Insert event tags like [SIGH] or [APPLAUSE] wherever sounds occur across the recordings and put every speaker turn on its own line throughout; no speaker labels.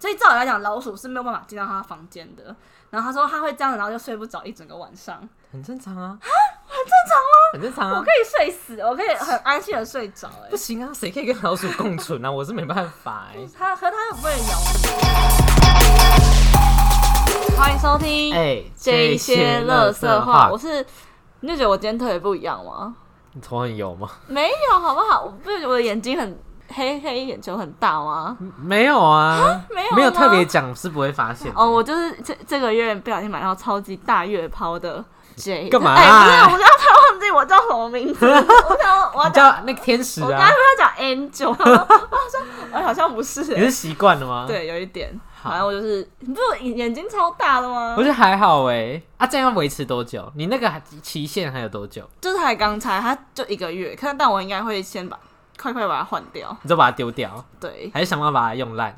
所以照理来讲，老鼠是没有办法进到他房间的。然后他说他会这样，然后就睡不着一整个晚上。
很正常啊，很正常吗？很正常
我
啊
可，以睡死，我可以很安心的睡着、欸
不行啊，谁可以跟老鼠共存啊？我 [LAUGHS] 是没办法哎、
哎，他和他又不会咬你。欢迎收听
哎、
这一些乐色
色
话，我是你就觉得我今天特别不一样吗？
你头很油吗？
没有，好不好？我不是我的眼睛很黑黑，眼球很大吗？
没有啊，
没有吗
嗯没有特别讲是不会发现的
哦，我就是这这个月不小心买到超级大月抛的 J，
干嘛
哎、不是，我刚才忘记我叫什么名
[LAUGHS]
字，我想我要
你
讲，
叫那个天使
我刚才
啊
要，讲 Angel，我说哎好像不是、
[LAUGHS] 你
哎
是习惯了吗？，
对，有一点，
啊好
反正我就是，你不是眼睛超大的吗
我？觉得还好哎、啊，这样要维持多久？你那个还期限还有多久？
就是才刚拆，它就一个月，看但我应该会先把快快把它换掉。
你就把它丢掉，
对，
还是想办法把它用烂？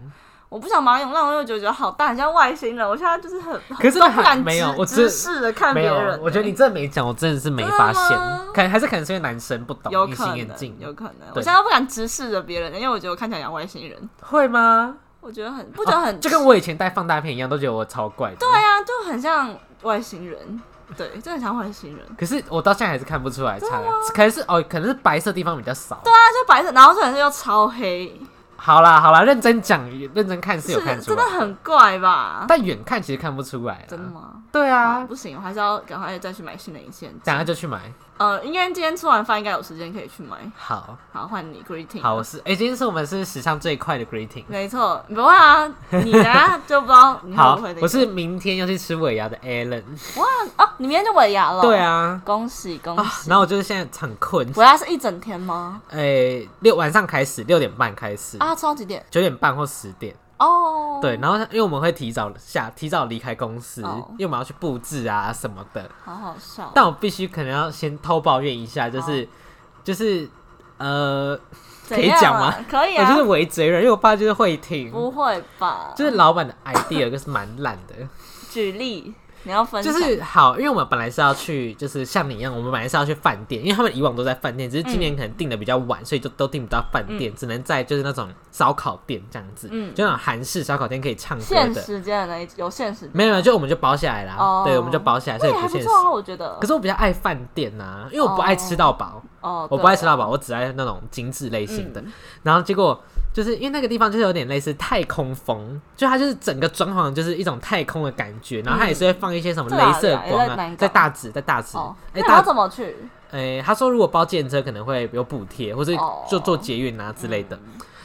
我不想马勇让我又觉得好大，很像外星人。我现在就是很，
可是
都不
还
敢
没有
直
我
直
只
视的看别
没有
人欸、，
我觉得你这没讲，我真的是没发
真的吗
现，可能还是可能是因为男生不
有
懂隐
可
形
能
眼镜，
有可能。我
对
现在都不敢直视着别人，因为我觉得我看起来像外星人，
会吗？
我觉得很不觉得很、
啊就跟我以前戴放大片一样，都觉得我超怪的。对
对啊，就很像外星人，对，真的很像外星人。
可是我到现在还是看不出来差，
啊
可能是哦，可能是白色地方比较少。
对啊，就白色，然后这人又超黑，
好啦好啦，认真讲，认真看是有看
是
出
真
来
的，很怪吧？
但远看其实看不出来啦。啊
真的吗？
对
啊，
啊，
不行，我还是要赶快再去买新的隐形眼
等下
镜。
就去买。
呃，应该今天吃完饭应该有时间可以去买。
好
好，换你 greeting。
好，我，是哎、今天是我们是史上最快的 greeting。
没错，不会啊，你等
[LAUGHS]
下就不知道你会
好
不会的。，
我是明天要去吃尾牙的 Alan。
哇哦，你明天就尾牙了。
对，啊，
恭喜恭
啊，
喜。
然后我就是现在很困，
尾牙是一整天吗？
哎、六晚上开始，六点半开始，
啊，超几点？
九、点半或十点。
哦，
对，，然后因为我们会提早下，提早离开公司，
哦
因为我们要去布置啊什么的。
好好笑。
但我必须可能要先偷抱怨一下，
哦
就是、就是呃，
怎
可以
样
讲
啊
吗？
可以
我
啊，哦
就是为贼人，因为我爸就是会听，
不会吧？
就是老板的 idea 就是蛮烂的，
举例，你要分
就
享
是好，因为我们本来是要去，就是像你一样，我们本来是要去饭店，因为他们以往都在饭店，
嗯
只是今年可能订的比较晚，所以就都订不到饭店，只能在就是那种烧烤店这样子，
嗯
就那种韩式烧烤店可以唱歌
限
的。
时间的那一有限时间，
没有，没有，就我们就包下来啦。
哦
对，我们就包下来，所
那
以
也还
不
不
现实。
错啊，我觉得
可。是我比较爱饭店呐、因为我不爱吃到饱。
哦，
我
对嗯
不爱吃到饱，我只爱那种精致类型的。然后结果就是因为那个地方就是有点类似太空风，就它就是整个装潢就是一种太空的感觉，然后它也是会放一些什么
对啊
镭射
对啊
光
也在南
啊
港，
在大直，在大直
哦，。那
哎，
你要
大
怎么去？
哎，他说如果包建车可能会有补贴，或是
哦嗯
就做捷运啊之类的。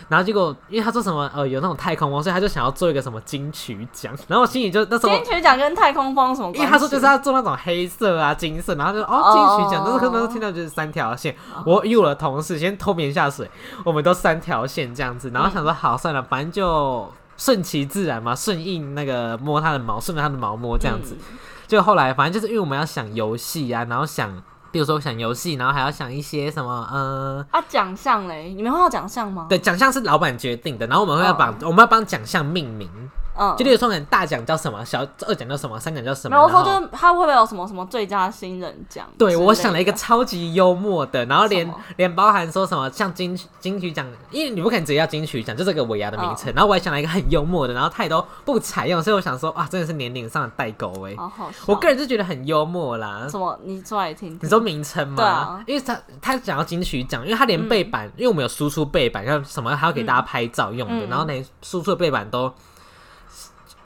然后结果，因为他说什么呃有那种太空风，所以他就想要做一个什么金曲奖。然后我心里就那时候
金曲奖跟太空风有什么关系？
因为他说就是要做那种黑色啊、金色，然后就
哦
哦金曲奖，但是可能听到就是三条线。我与我的同事先偷别人下水，我们都三条线这样子，
嗯
然后想说好算了，反正就顺其自然嘛，顺应那个摸他的毛，顺着他的毛摸这样子。
嗯
就后来反正就是因为我们要想游戏啊，然后想。比如说想游戏，然后还要想一些什么，呃，
啊，奖项嘞，你们会有奖项吗？，
对，奖项是老板决定的，然后我们会要
哦
把、我们要帮奖项命名，
嗯，
就例如说，可能大奖叫什么，小二奖叫什么，三奖叫什么，
然后说
然后
就是他会不会有什么什么最佳新人奖？
对，我想了一个，超级幽默的，然后
什
连
么
连包含说什么像金金曲奖，因为你不可能直接叫金曲奖，就这个尾牙的名
哦
称。然后我还想了一个很幽默的，然后他也都不采用，所以我想说，哇，真的是年龄上的代沟哎、
哦好好笑。
我个人就觉得很幽默啦。
什么？你说来听
你
听。
说名称吗？
对啊嗯
因为他他想要金曲奖，因为他连背板，因为我们有输出背板，要什么还要给大家拍照用的，
嗯
然后连输出的背板都。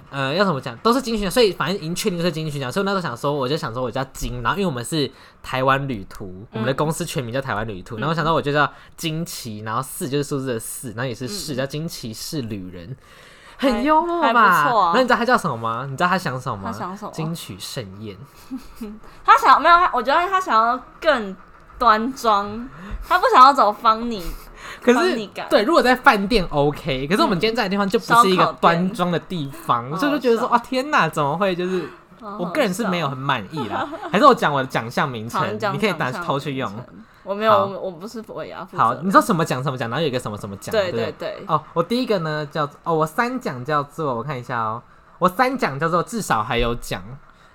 呃，要怎么讲都是金曲奖，所以反正已经确定就是金曲奖，所以我那时候想说，我就想说我叫金，然后因为我们是台湾旅途，我
嗯
们的公司全名叫台湾旅途，然后我想到我就叫金奇，然后四就是数字的四，然后也是四，叫金奇是旅人，
还
[LAUGHS] 很幽默
嗯还不
吧？
错啊
然后你知道他叫什么吗？你知道他想什么吗？
他想什么
金曲盛宴。
他想没有他，我觉得他想要更端庄，他不想要走方你。
可
帮
是
你改
对，如果在饭店 OK，可是我们今天在的地方就不是一
烧烤
个
店
端庄的地方，
好
所以就觉得说
笑
哇天哪，怎么会就是？
好好
[LAUGHS] 我个人是
笑
没有很满意啦，还是我讲我的奖项名
哦好
称，
讲
你可以
奖
打
项
偷去用
名。称我没有，
好
我我不是尾牙负责
好，
人
你说什么奖什么奖，然后有一个什么什么奖，
对
不
对对，
哦，我第一个呢叫哦，我三奖叫做我看一下哦，我三奖叫做至少还有奖，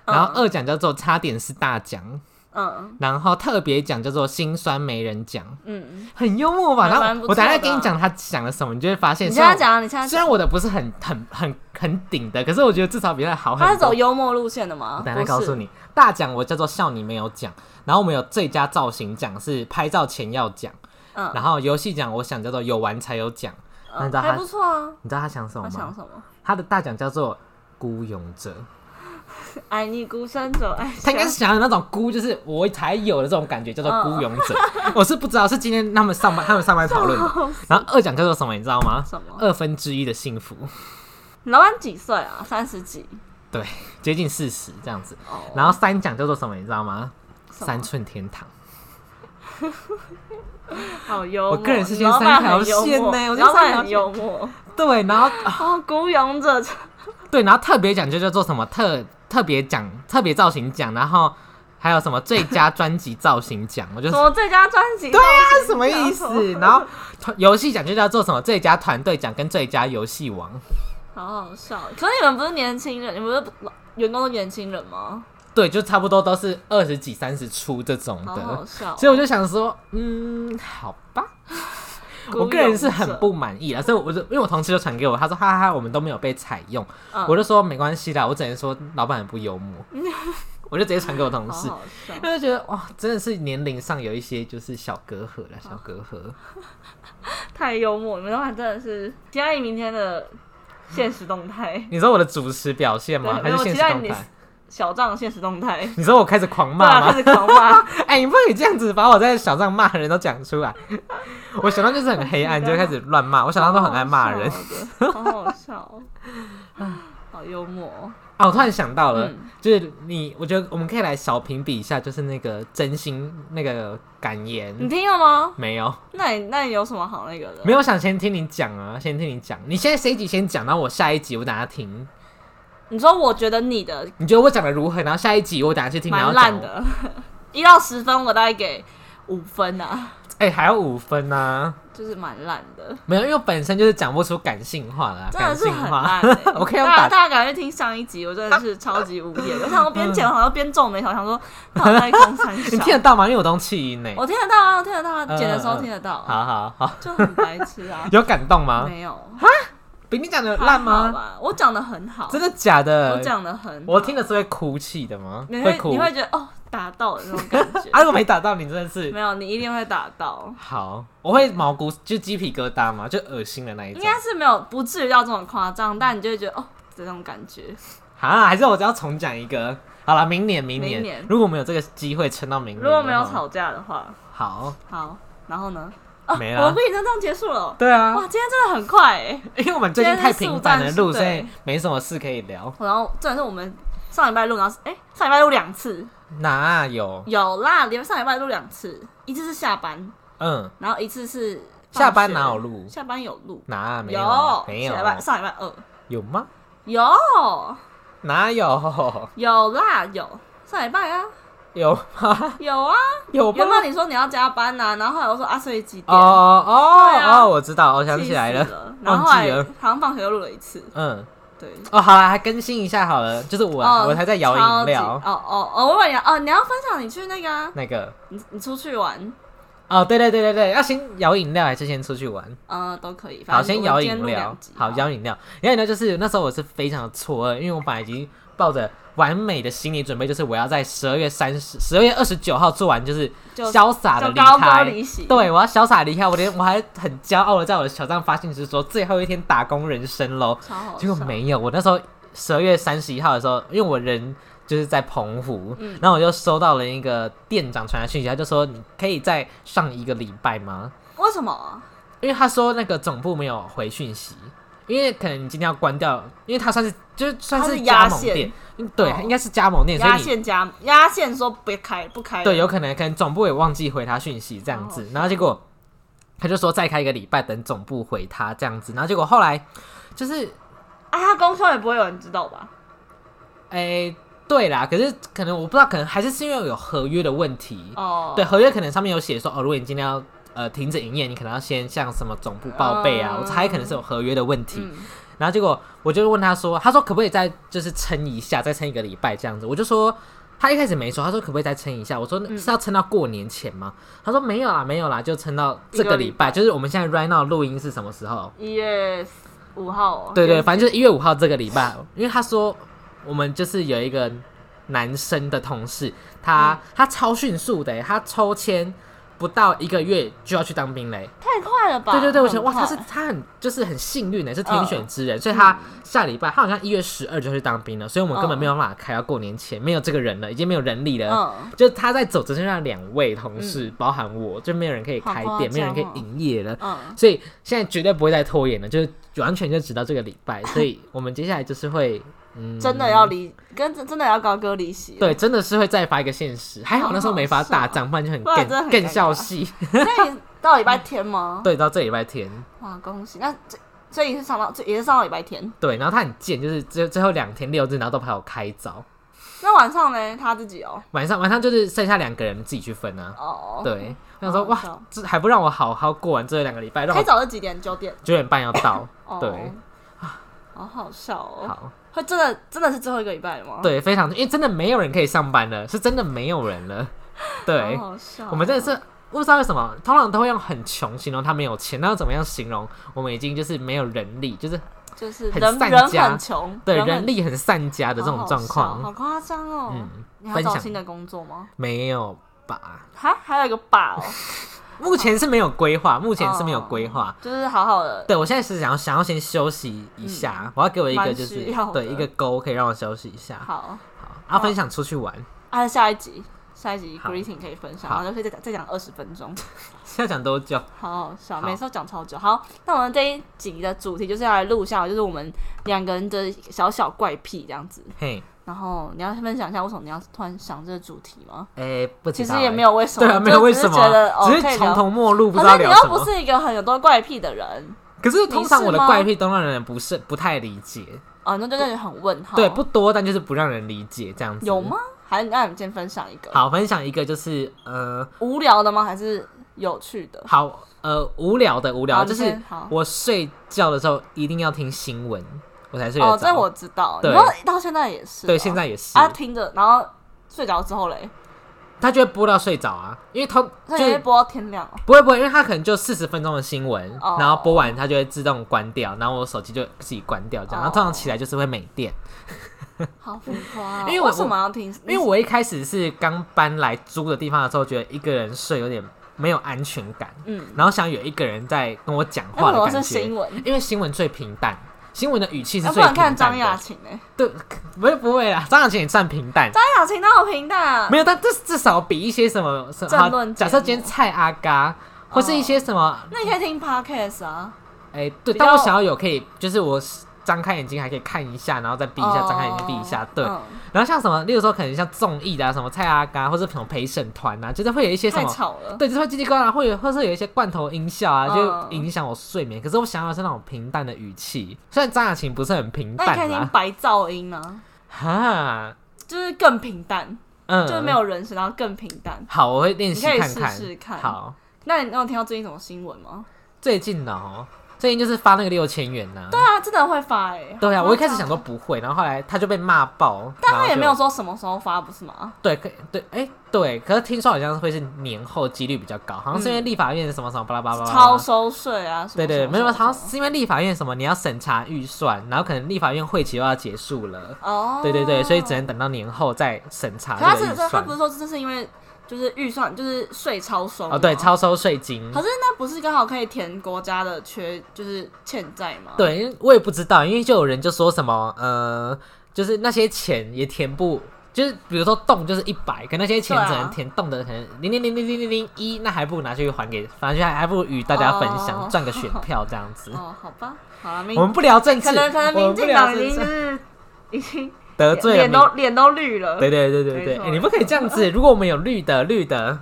然后
嗯
二奖叫做差点是大奖，
嗯
然后特别奖叫做心酸没人奖，
嗯，
很幽默吧？
还
然
蛮
后
不
我等
错
下
的
跟你
啊
讲他讲了什么，你就会发现。
你
虽
现
然
在
欸我
讲啊，你现在
虽
讲，
然我的不是很很很很顶的，可是我觉得至少比他好很多。
他是走幽默路线的吗？
我等下再
不
告
是
诉，你，大奖我叫做笑你没有奖，然后我们有最佳造型奖是拍照前要奖，
嗯
然后游戏奖我想叫做有玩才有奖。那你
嗯，
知道他
还不错啊。
你知道他想什
他
么
想
吗？
什么？ [LAUGHS]
他的大奖叫做孤勇者，
爱你孤身走暗
他应该
巷
是。想要那种孤，就是我才有的这种感觉，叫做
啊嗯
孤勇者。我是不知道是今天他们上班他们上班讨
[LAUGHS]
论的。然后二奖叫做什么，你知道吗？
什么？
二分之一的幸福，
你老板几岁啊？三十几。
对，接近四十这样子。
哦，
然后三奖叫做什么，你知道吗？
什么
三寸天堂。
好幽默。
我个人是
你
先
老板
三条
很幽
线
默
呢我
你
就
老
三
板
条
很幽默。
对，然后 [LAUGHS] 啊
哦，孤勇
[LAUGHS]
者，
对，然后特别奖就叫做什么特特别奖、特别造型奖，然后还有什么最佳专辑造型奖，我就
什 [LAUGHS]
是
么最佳专辑？
对啊，什么意
造
思？
型奖
然后团游戏奖就叫做什么最佳团队奖跟最佳游戏王。
好好笑。可是你们不是年轻人，你们不是老员工都年轻人吗？
对，就差不多都是二十几、三十出这种
好好
的，
笑。
所以我就想说，嗯，好吧，
孤
我个人是
勇
很
者，
不满意啊，所以我就因为我同事就传给我，他说哈哈哈，我们都没有被采用，
嗯
我就说没关系啦，我只能说老板很不
[LAUGHS]
幽默，我就直接传给我同
好
事，
好笑。
因为就觉得哇，真的是年龄上有一些就是小隔阂了，
哦
小隔阂。
太幽默，你们老板真的是期待明天的现实动态，
你知道我的主持表现吗？
对
嗯还是
没有
现
我
实
期待
动
你
态？
小账现实动态，
你知道我开始狂
对
骂
啊，
吗
开？始狂骂，
[LAUGHS] 哎、你不可以这样子把我在小账骂人都讲出来。 [LAUGHS] 我小账就是很黑暗，就会开始乱骂。我小账都很爱骂人
哦好好笑的，好好笑
[LAUGHS]
哦，好幽默哦，
啊！我突然想到了，
嗯
就是你，我觉得我们可以来小评比一下，就是那个真心那个感言。
你听了吗？
没有，
那你那你有什么好那个的？
没有想先听你讲啊，先听你讲。你现在这一集先讲，然后我下一集我等下听。
你说我觉得你的
你觉得我讲的如何？然后下一集我等下去听。然后
蛮烂。 [LAUGHS]
讲
的，一到十分我大概给五分啊，
哎、还有五分呢、
就是蛮烂的，
没有，因为我本身就是讲不出感性话啦，
真的
感
是
性
很
话
烂、欸。
[LAUGHS] 我可以用
大家
打。
大家赶快去听上一集，我真的是超级无言。我想说边剪好像边皱眉头，想说到底在公三
嗯 [LAUGHS] 你
小。
听得到吗？因为我都用气 [LAUGHS] 音呢、
我听得到啊，我听得到啊，
嗯
剪的时候听得到啊，
好好好，，
就很白痴啊
[LAUGHS] 有感动吗？
没有
比你讲的啊烂
还好
吗？
吧？我讲的很好，
真的假的？
我讲的很好，
我听的是会哭泣的吗？
你
会
会
哭
你会觉得哦打到的那种感觉，
啊！我没打到你，真的是
没有，你一定会打到，
好，我会毛骨就鸡皮疙瘩嘛，就恶心的那一
应
种。
该是没有不至于到这种夸张，但你就会觉得哦这种感觉，
啊，还是我只要重讲一个。好了，明年明年，
明年
如果我们有这个机会撑到明年，
如果没有，吵架的话，
好，
好，然后呢？哦，
没
我
了
们不已经这样结束了哦，
对啊
哇，，今天真的很快哎，
因为我们最近太频繁的录，
今天是速战速
所以
对
没什么事可以聊。
然后真的是我们上礼拜录，然后哎上礼拜录两次，
哪有？
有啦，礼拜上礼拜录两次，一次是下班。
嗯，
然后一次是放学
下班哪有录
下班有录，
哪没
有
没有
下礼拜上礼拜二
有吗？
有
哪有 [LAUGHS]
有啦有上礼拜啊
有吗？
有啊，
有吗
原？本你说你要加班呐、然后后来我说啊所以几
哦
点，
哦
对啊
哦，我知道，我想
气
起
死
来了。
了，然
忘
后后
记
来
了
好像放学又录了一次，
嗯，
对。
哦，好了，还更新一下好了，就是我啊
哦
我还在摇
超
饮
级
料
哦哦哦，我问你哦，你要分享你去那个、啊，
那个。
你你出去玩，
哦，对对对对对，要先摇饮料还是先出去玩？
呃，都可以。
好，
反正
先
我
摇
今天
饮
录
料
两集。
好，摇饮料。摇饮料就是那时候我是非常的错愕，因为我本来已经抱着完美的心理准备，就是我要在十二月三十、十二月二十九号做完，就是
就
潇洒的
就
离
高歌
开。
离席。
对，我要潇洒离开，我连我还很骄傲的在我的小账发信息说最后一天打工人生喽，
超好笑。
结果没有。我那时候十二月三十一号的时候，因为我人就是在澎湖，
嗯
然后我就收到了一个店长传来讯息，他就说你可以再上一个礼拜吗？
为什么啊？
因为他说那个总部没有回讯息，因为可能你今天要关掉，因为他算是就是算
它是
加
压
盟
线
店，对，
哦
应该是加盟店，所以
压
你
线加压线说别开不开了，
对，有可能可能总部也忘记回他讯息这样子
哦，
然后结果他就说再开一个礼拜等总部回他这样子，然后结果后来就是
啊，他公休也不会有人知道吧？
诶、对啦，可是可能我不知道，可能还是是因为有合约的问题，
哦，
对，合约可能上面有写说哦，如果你今天要。呃，停止营业，你可能要先向什么总部报备啊？
嗯
我猜可能是有合约的问题。
嗯，
然后结果我就问他说，他说可不可以再就是撑一下，再撑一个礼拜这样子？我就说他一开始没说，他说可不可以再撑一下？我说
嗯
是要撑到过年前吗？他说没有啦，没有啦，就撑到这
一个
个
礼
礼
拜
拜，就是我们现在 right now 录音是什么时候？
一月 E 五号、哦，
对
就
对，
是
反正就是一月五号这个礼拜，因为他说我们就是有一个男生的同事，
嗯
他、他超迅速的欸，他抽签不到一个月就要去当兵嘞。
太快了吧？
对对对，我觉得
很
哇，
快
他
嗯
是他很就是很幸运的，欸是天选之人，所以他下礼拜他好像一月十二就要去当兵了，所以我们根本没有办法开到过年前，没有这个人了，已经没有人力了。
嗯，
就他在走，只剩下两位同事，包含我，就没有人可以
好
开
夸
店，没有人可以
张哦
营业了。
嗯，
所以现在绝对不会再拖延了，就是完全就直到这个礼
[LAUGHS]
拜。所以我们接下来就是会，嗯，
真的要离，跟真真的要高歌离席。，
对，真的是会再发一个现实。还好那时候没发大涨，不然就很
不然真的
更
很
更
尴尬
笑戏。
所以到礼拜天吗？
[LAUGHS] 对，到这礼拜天，
哇，恭喜！那这所以是上到，这也是上到礼拜天。
对，然后他很贱，就是最最后两天六日，然后都还有开早，
那晚上呢？他自己哦，
晚上晚上就是剩下两个人自己去分啊。
哦，，
对，我想说
好好
哇
笑，
这还不让我好好过完这两个礼拜，让
开
我
早是几点？九点。
九点半要到。
哦，
对，
好好笑哦。
好。
会真的真的是最后一个礼拜了吗？，
对，非常，因为真的没有人可以上班了，是真的没有人了。对，
好好笑哦。
我们真的是不知道为什么，通常都会用很穷形容他没有钱，那要怎么样形容我们已经就是没有人力，就是
就是
很
人
散
人
家
很穷，
对
人
人
很哦
力很散家的这种状
好好笑好
况，
夸张哦。
嗯
你还
分
找
享
新的工作吗？
没有吧？
哈，还有一个爸
[LAUGHS]
哦，
目前是没有规划，目前是没有规划。
就是好好的，
对，我现在是想要想要先休息一下，我要给我一
嗯
个
蛮
就是
需要的
对一个勾可以让我休息一下，
好，
好，然后分享出去玩。
按下一集，下一集
好
greeting 可以分享，
好
然后就可以再讲再讲二十分钟，
要讲多久？
好好笑，
好
每次都讲超久。好，那我们这一集的主题就是要来录下，就是我们两个人的小小怪癖这样子。
嘿，
然后你要分享一下为什么你要突然想这个主题吗？
哎，不知
其
道
实也
欸
没有为什么，
对啊，没有为什
就只是觉得
么，
哦，
只
可以
是穷
聊。
途末路，不知道
反正
聊
你
什
又不
么。
是一个很有多怪癖的人，
可是通常我
你
的
是吗
怪癖都让人不是不太理解，
哦，那就让人很问号。
对，不多，但就是不让人理解这样子。
有吗？？还是那你先分享一个
好，分享一个就是呃，
无聊的吗？还是有趣的？
好呃无聊的无
好
聊，
你
就是
先好
我睡觉的时候一定要听新闻，我才睡得
哦，
着。
这我知道，你
对
说到现在也是哦，
对现在也是
啊，，听着，然后睡着之后嘞，他
他就会播到睡着啊，因为通就
那也会
是
播到天亮哦。
不会不会，因为他可能就四十分钟的新闻，
哦
然后播完它就会自动关掉，然后我手机就自己关掉这
哦
样，然后通常起来就是会没电。
好浮夸哦、
因为我
为什么要听？
因为我一开始是刚搬来租的地方的时候，觉得一个人睡有点没有安全感，
嗯，
然后想有一个人在跟我讲
那
话
为什
的
么
感
是
觉
新。闻？
因为新闻最平淡，新闻的语气是
要不
最
然
平
看
淡
张
的。
雅琴哎、
对，不会不会啦，张雅琴也算平淡，
张雅琴她好平淡、啊，
没有，但至至少比一些什么什
政
么，
论节
假
目
设今天蔡阿嘎或是一些什么，
那你可以听 podcast 啊，
哎、对，
比较
但我想要有可以，就是我张开眼睛还可以看一下，然后再闭一下，张开眼睛闭一下，对。
嗯
然后像什么，例如说可能像综艺的、啊、什么蔡阿嘎，或者什么陪审团啊，就是会有一些什
太
么，
吵了。
对，就是会叽叽呱啦，会有或是有一些罐头音效啊，
嗯
就影响我睡眠。可是我想要的是那种平淡的语气，虽然张雅琴不是很平
那你可
淡
以听
啦，
白噪音啊，
哈，
就是更平淡，
嗯，
就是没。有人声，然后更平淡。
好，我会练习
你可以
看看。
试试看
好，
那你那有听到最近什么新闻吗？
最近哦，最近就是发那个六千元呐、
对啊，真的会发哎、
嗯对啊，
好夸张
我一开始想说，不会，然后后来他就被骂爆，
但
然
他
后
也
就
没有说什么时候发，不是吗？
对，可对，哎、对，可是听说好像会是年后几率比较高，好像是因为立法院什么什么巴拉巴拉巴拉
嗯
巴
超
拉。
收税啊，什么
对对，
什
对
么
没有，
什么
好像是因为立法院什么你要审查预算，然后可能立法院会期又要结束了，
哦，
对对对，所以只能等到年后再审查
可他
这
是
个预
他不是
算。
说这是因为就是预算就是税超收
哦，对，
吗。
超收税金
可。是那不是刚好可以填国家的缺，就是欠债吗？，
对，因为我也不知道，因为就有人就说什么，呃，就是那些钱也填不，就是比如说动就是一百，可那些钱
对啊
只能填动的可能零零零零零零零一，那还不如拿去还给，反正还还不如与大家分
哦
享， [LAUGHS] 赚、个选票这样子。
哦，好吧，好了，民
我们不聊政治，
可能可能
我们
民
不
进
聊
党
政
已经就
治，
是已经
[LAUGHS] 得
脸
罪了
脸
民
都。脸都绿了。
对对对对
没
对，
错
哎你不可以这
[LAUGHS]
样子。如果我们有绿的绿的，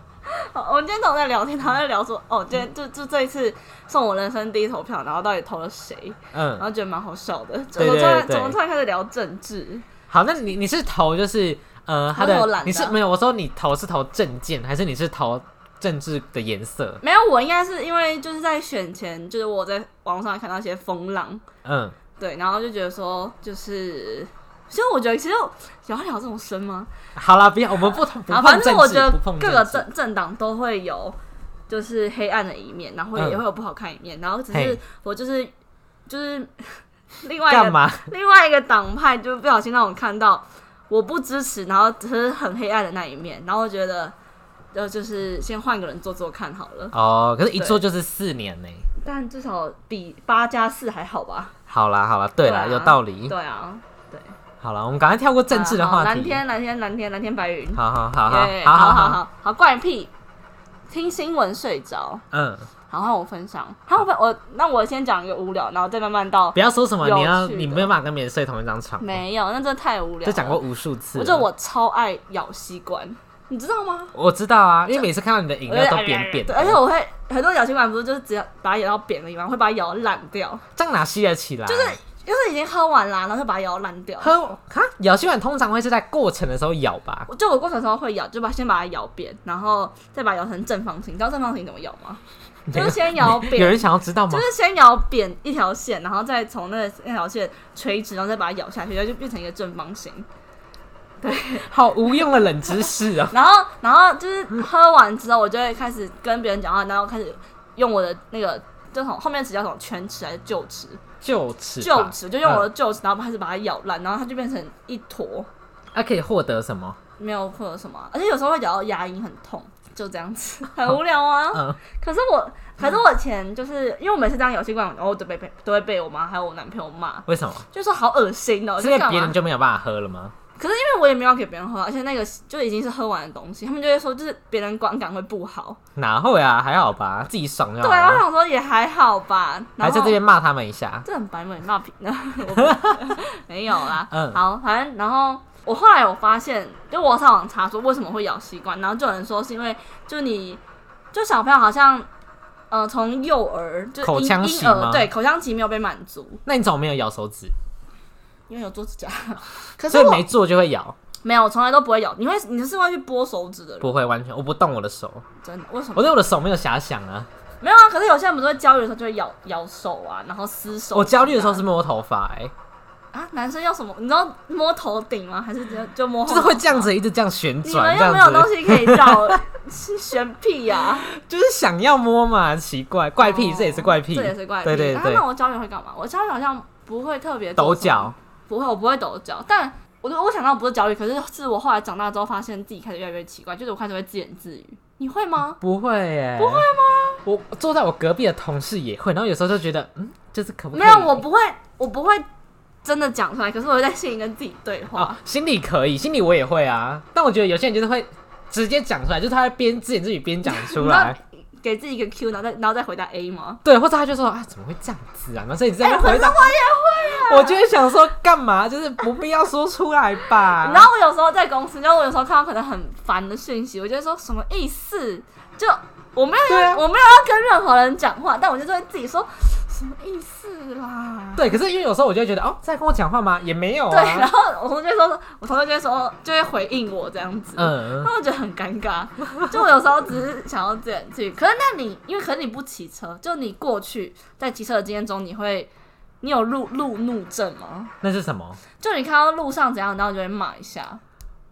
好哦我们今天早上在聊天，然后在聊说，哦，今天就就这一次送我人生第一投票，然后到底投了谁，然
嗯，
后觉得蛮好笑的。怎
对
么
对
突然
对对
怎么突然开始聊政治？
好，那你你是投就是呃他
我
的
有懒，
你
的
是没有？我说你投是投证件，还是你是投政治的颜色？
没有，我应该是因为就是在选前，就是我在网络上看到一些风浪，
嗯，
对，然后就觉得说，就是所以我觉得其实有要聊这种深吗？
好啦，不要，我们不谈不
啊，
碰
反正
政
我
治
觉得
不碰
各个
政治
政政党都会有就是黑暗的一面，然后也
嗯
会有不好看一面，然后只是
嘿
我就是就是 [LAUGHS] 另外一
干
个
嘛？
另外一个党派就不小心让我看到我不支持，然后只是很黑暗的那一面，然后我觉得呃就是先换个人做做看好了，
哦，可是一做就是四年呢。
但至少比八加四还好吧？
好啦，好啦，对啦，
对啊
有道理。
对啊，对，
好啦，我们赶快跳过政治的
啊好
话
蓝
题。
天，蓝天，蓝天，蓝天白云。
好好好好
耶
好
好
好好，
好好，怪屁！听新闻睡着，
嗯，
然后我分享，他会我那我先讲一个无聊，然后再慢慢到
不要说什么你要
有趣的
你没有办法跟别人睡同一张床，
没有，那真的太无聊了。
这讲过无数次
我
了。
就我超爱咬吸管，你知道吗？
我知道啊，因为每次看到你的饮料都扁扁
对，
的，
而且我会很多咬吸管不是就是只要把它咬到扁的地方，会把它咬烂掉，
这样哪吸得起来？就是
就是已经喝完啦，然后就把它咬烂掉。
喝哈咬吸管通常会是在过程的时候咬吧？
我就我过程的时候会咬，就把先把它咬扁，然后再把它咬成正方形。你知道正方形怎么咬
[LAUGHS]
吗？就是先咬扁，
有人想要知道吗
就？是先咬扁一条线，然后再从那那条线垂直，然后再把它咬下去，然后就变成一个正方形。。
好无用的冷知识哦
然后，然后就是喝完之后，我就会开始跟别人讲话，然后开始用我的那个这种后面只叫什么全齿还是臼齿？
就此吧，
臼齿，就用我的臼齿，然后开始把它咬烂，然后它就变成一坨，
还可以获得什么？
没有或者什么，而且有时候会咬到牙龈很痛，就这样子，很无聊啊。
嗯，
可是我，可是我以前就是因为我每次这样咬吸管，然后我都被被都会被我妈还有我男朋友骂，
为什么？
就说好恶心哦、
是
就
因为
干
别
嘛
人？就没有办法喝了吗？
可是因为我也没有给别人喝，而且那个就已经是喝完的东西，他们就会说就是别人观感会不好。
哪会啊？还好吧，自己爽就好
对啊，我
了。
想说也还好吧。然
还
后
在这边骂他们一下。
这很白目，你骂平 [LAUGHS] 我不没有啦。
[LAUGHS] 嗯
好，反正然后我后来我发现，就我上网查说为什么会咬吸管，然后就有人说是因为就你就小朋友好像。呃，从幼儿就
口
婴
腔
婴
期吗
儿对口腔期没有被满足，
那你怎么没有咬手指？
因为有做指甲。可是
[LAUGHS] 所以
我
没做就会咬，
没有，我从来都不会咬。你会你是会去剥手指的人，
不会完全。我不动我的手，
真的？为什么
我？对我的手没有遐想啊。
没有啊，可是有些人不是会焦虑的时候就会咬咬手啊，然后撕手指啊。
我焦虑的时候是摸头发、哎，
啊，男生要什么？你知道摸头顶吗？还是就就摸？
就是会这样。子一直这样旋
哦你
转，
们
这
又没有
样
东
子
西可以绕，是啊选屁呀、
就是想要摸嘛，奇怪， [LAUGHS] 怪癖，
哦
这也是怪癖，
这也是怪癖。
对对
啊
对
那，我焦虑会干嘛？我焦虑好像不会特别做
抖
什么
脚，
不会，我不会抖脚。但我就我想到不是焦虑，可是是我后来长大之后发现自己开始越来越奇怪，就是我开始会自言自语。你会吗？
不会耶，不会吗？我坐在我隔壁的同事也会，然后有时候就觉得，嗯，就是可不可以
没有，我不会，我不会真的讲出来，可是我会在心里跟自己对话。
哦，心里可以，心里我也会啊，但我觉得有些人就是会直接讲出来，就是他会边自言自语边讲出来，
你知道给自己一个 Q，然后再然后再回答 A 吗？
对，或者他就说啊，怎么会这样子啊？然后所以你在
哎、
那
可
边
是
回答，
啊
我就会想说干嘛，就是不必要说出来吧。
[LAUGHS] 你知道我有时候在公司，你知道我有时候看到可能很烦的讯息，我就会说什么意思？就我没有
对
要、
啊
我没有要跟任何人讲话，但我就会自己说什么意思啦。
对，可是因为有时候我就会觉得哦，在跟我讲话吗？也没有
[LAUGHS] 对，然
啊，
后我同学就会说，我同学就会说，就会回应我这样子，
嗯，
那我觉得很尴尬。就我有时候只是想要自言自语，可是那你因为可是你不骑车，就你过去在骑车的经验中，你会你有路路怒症吗？
那是什么？
就你看到路上怎样，然后你就会骂一下。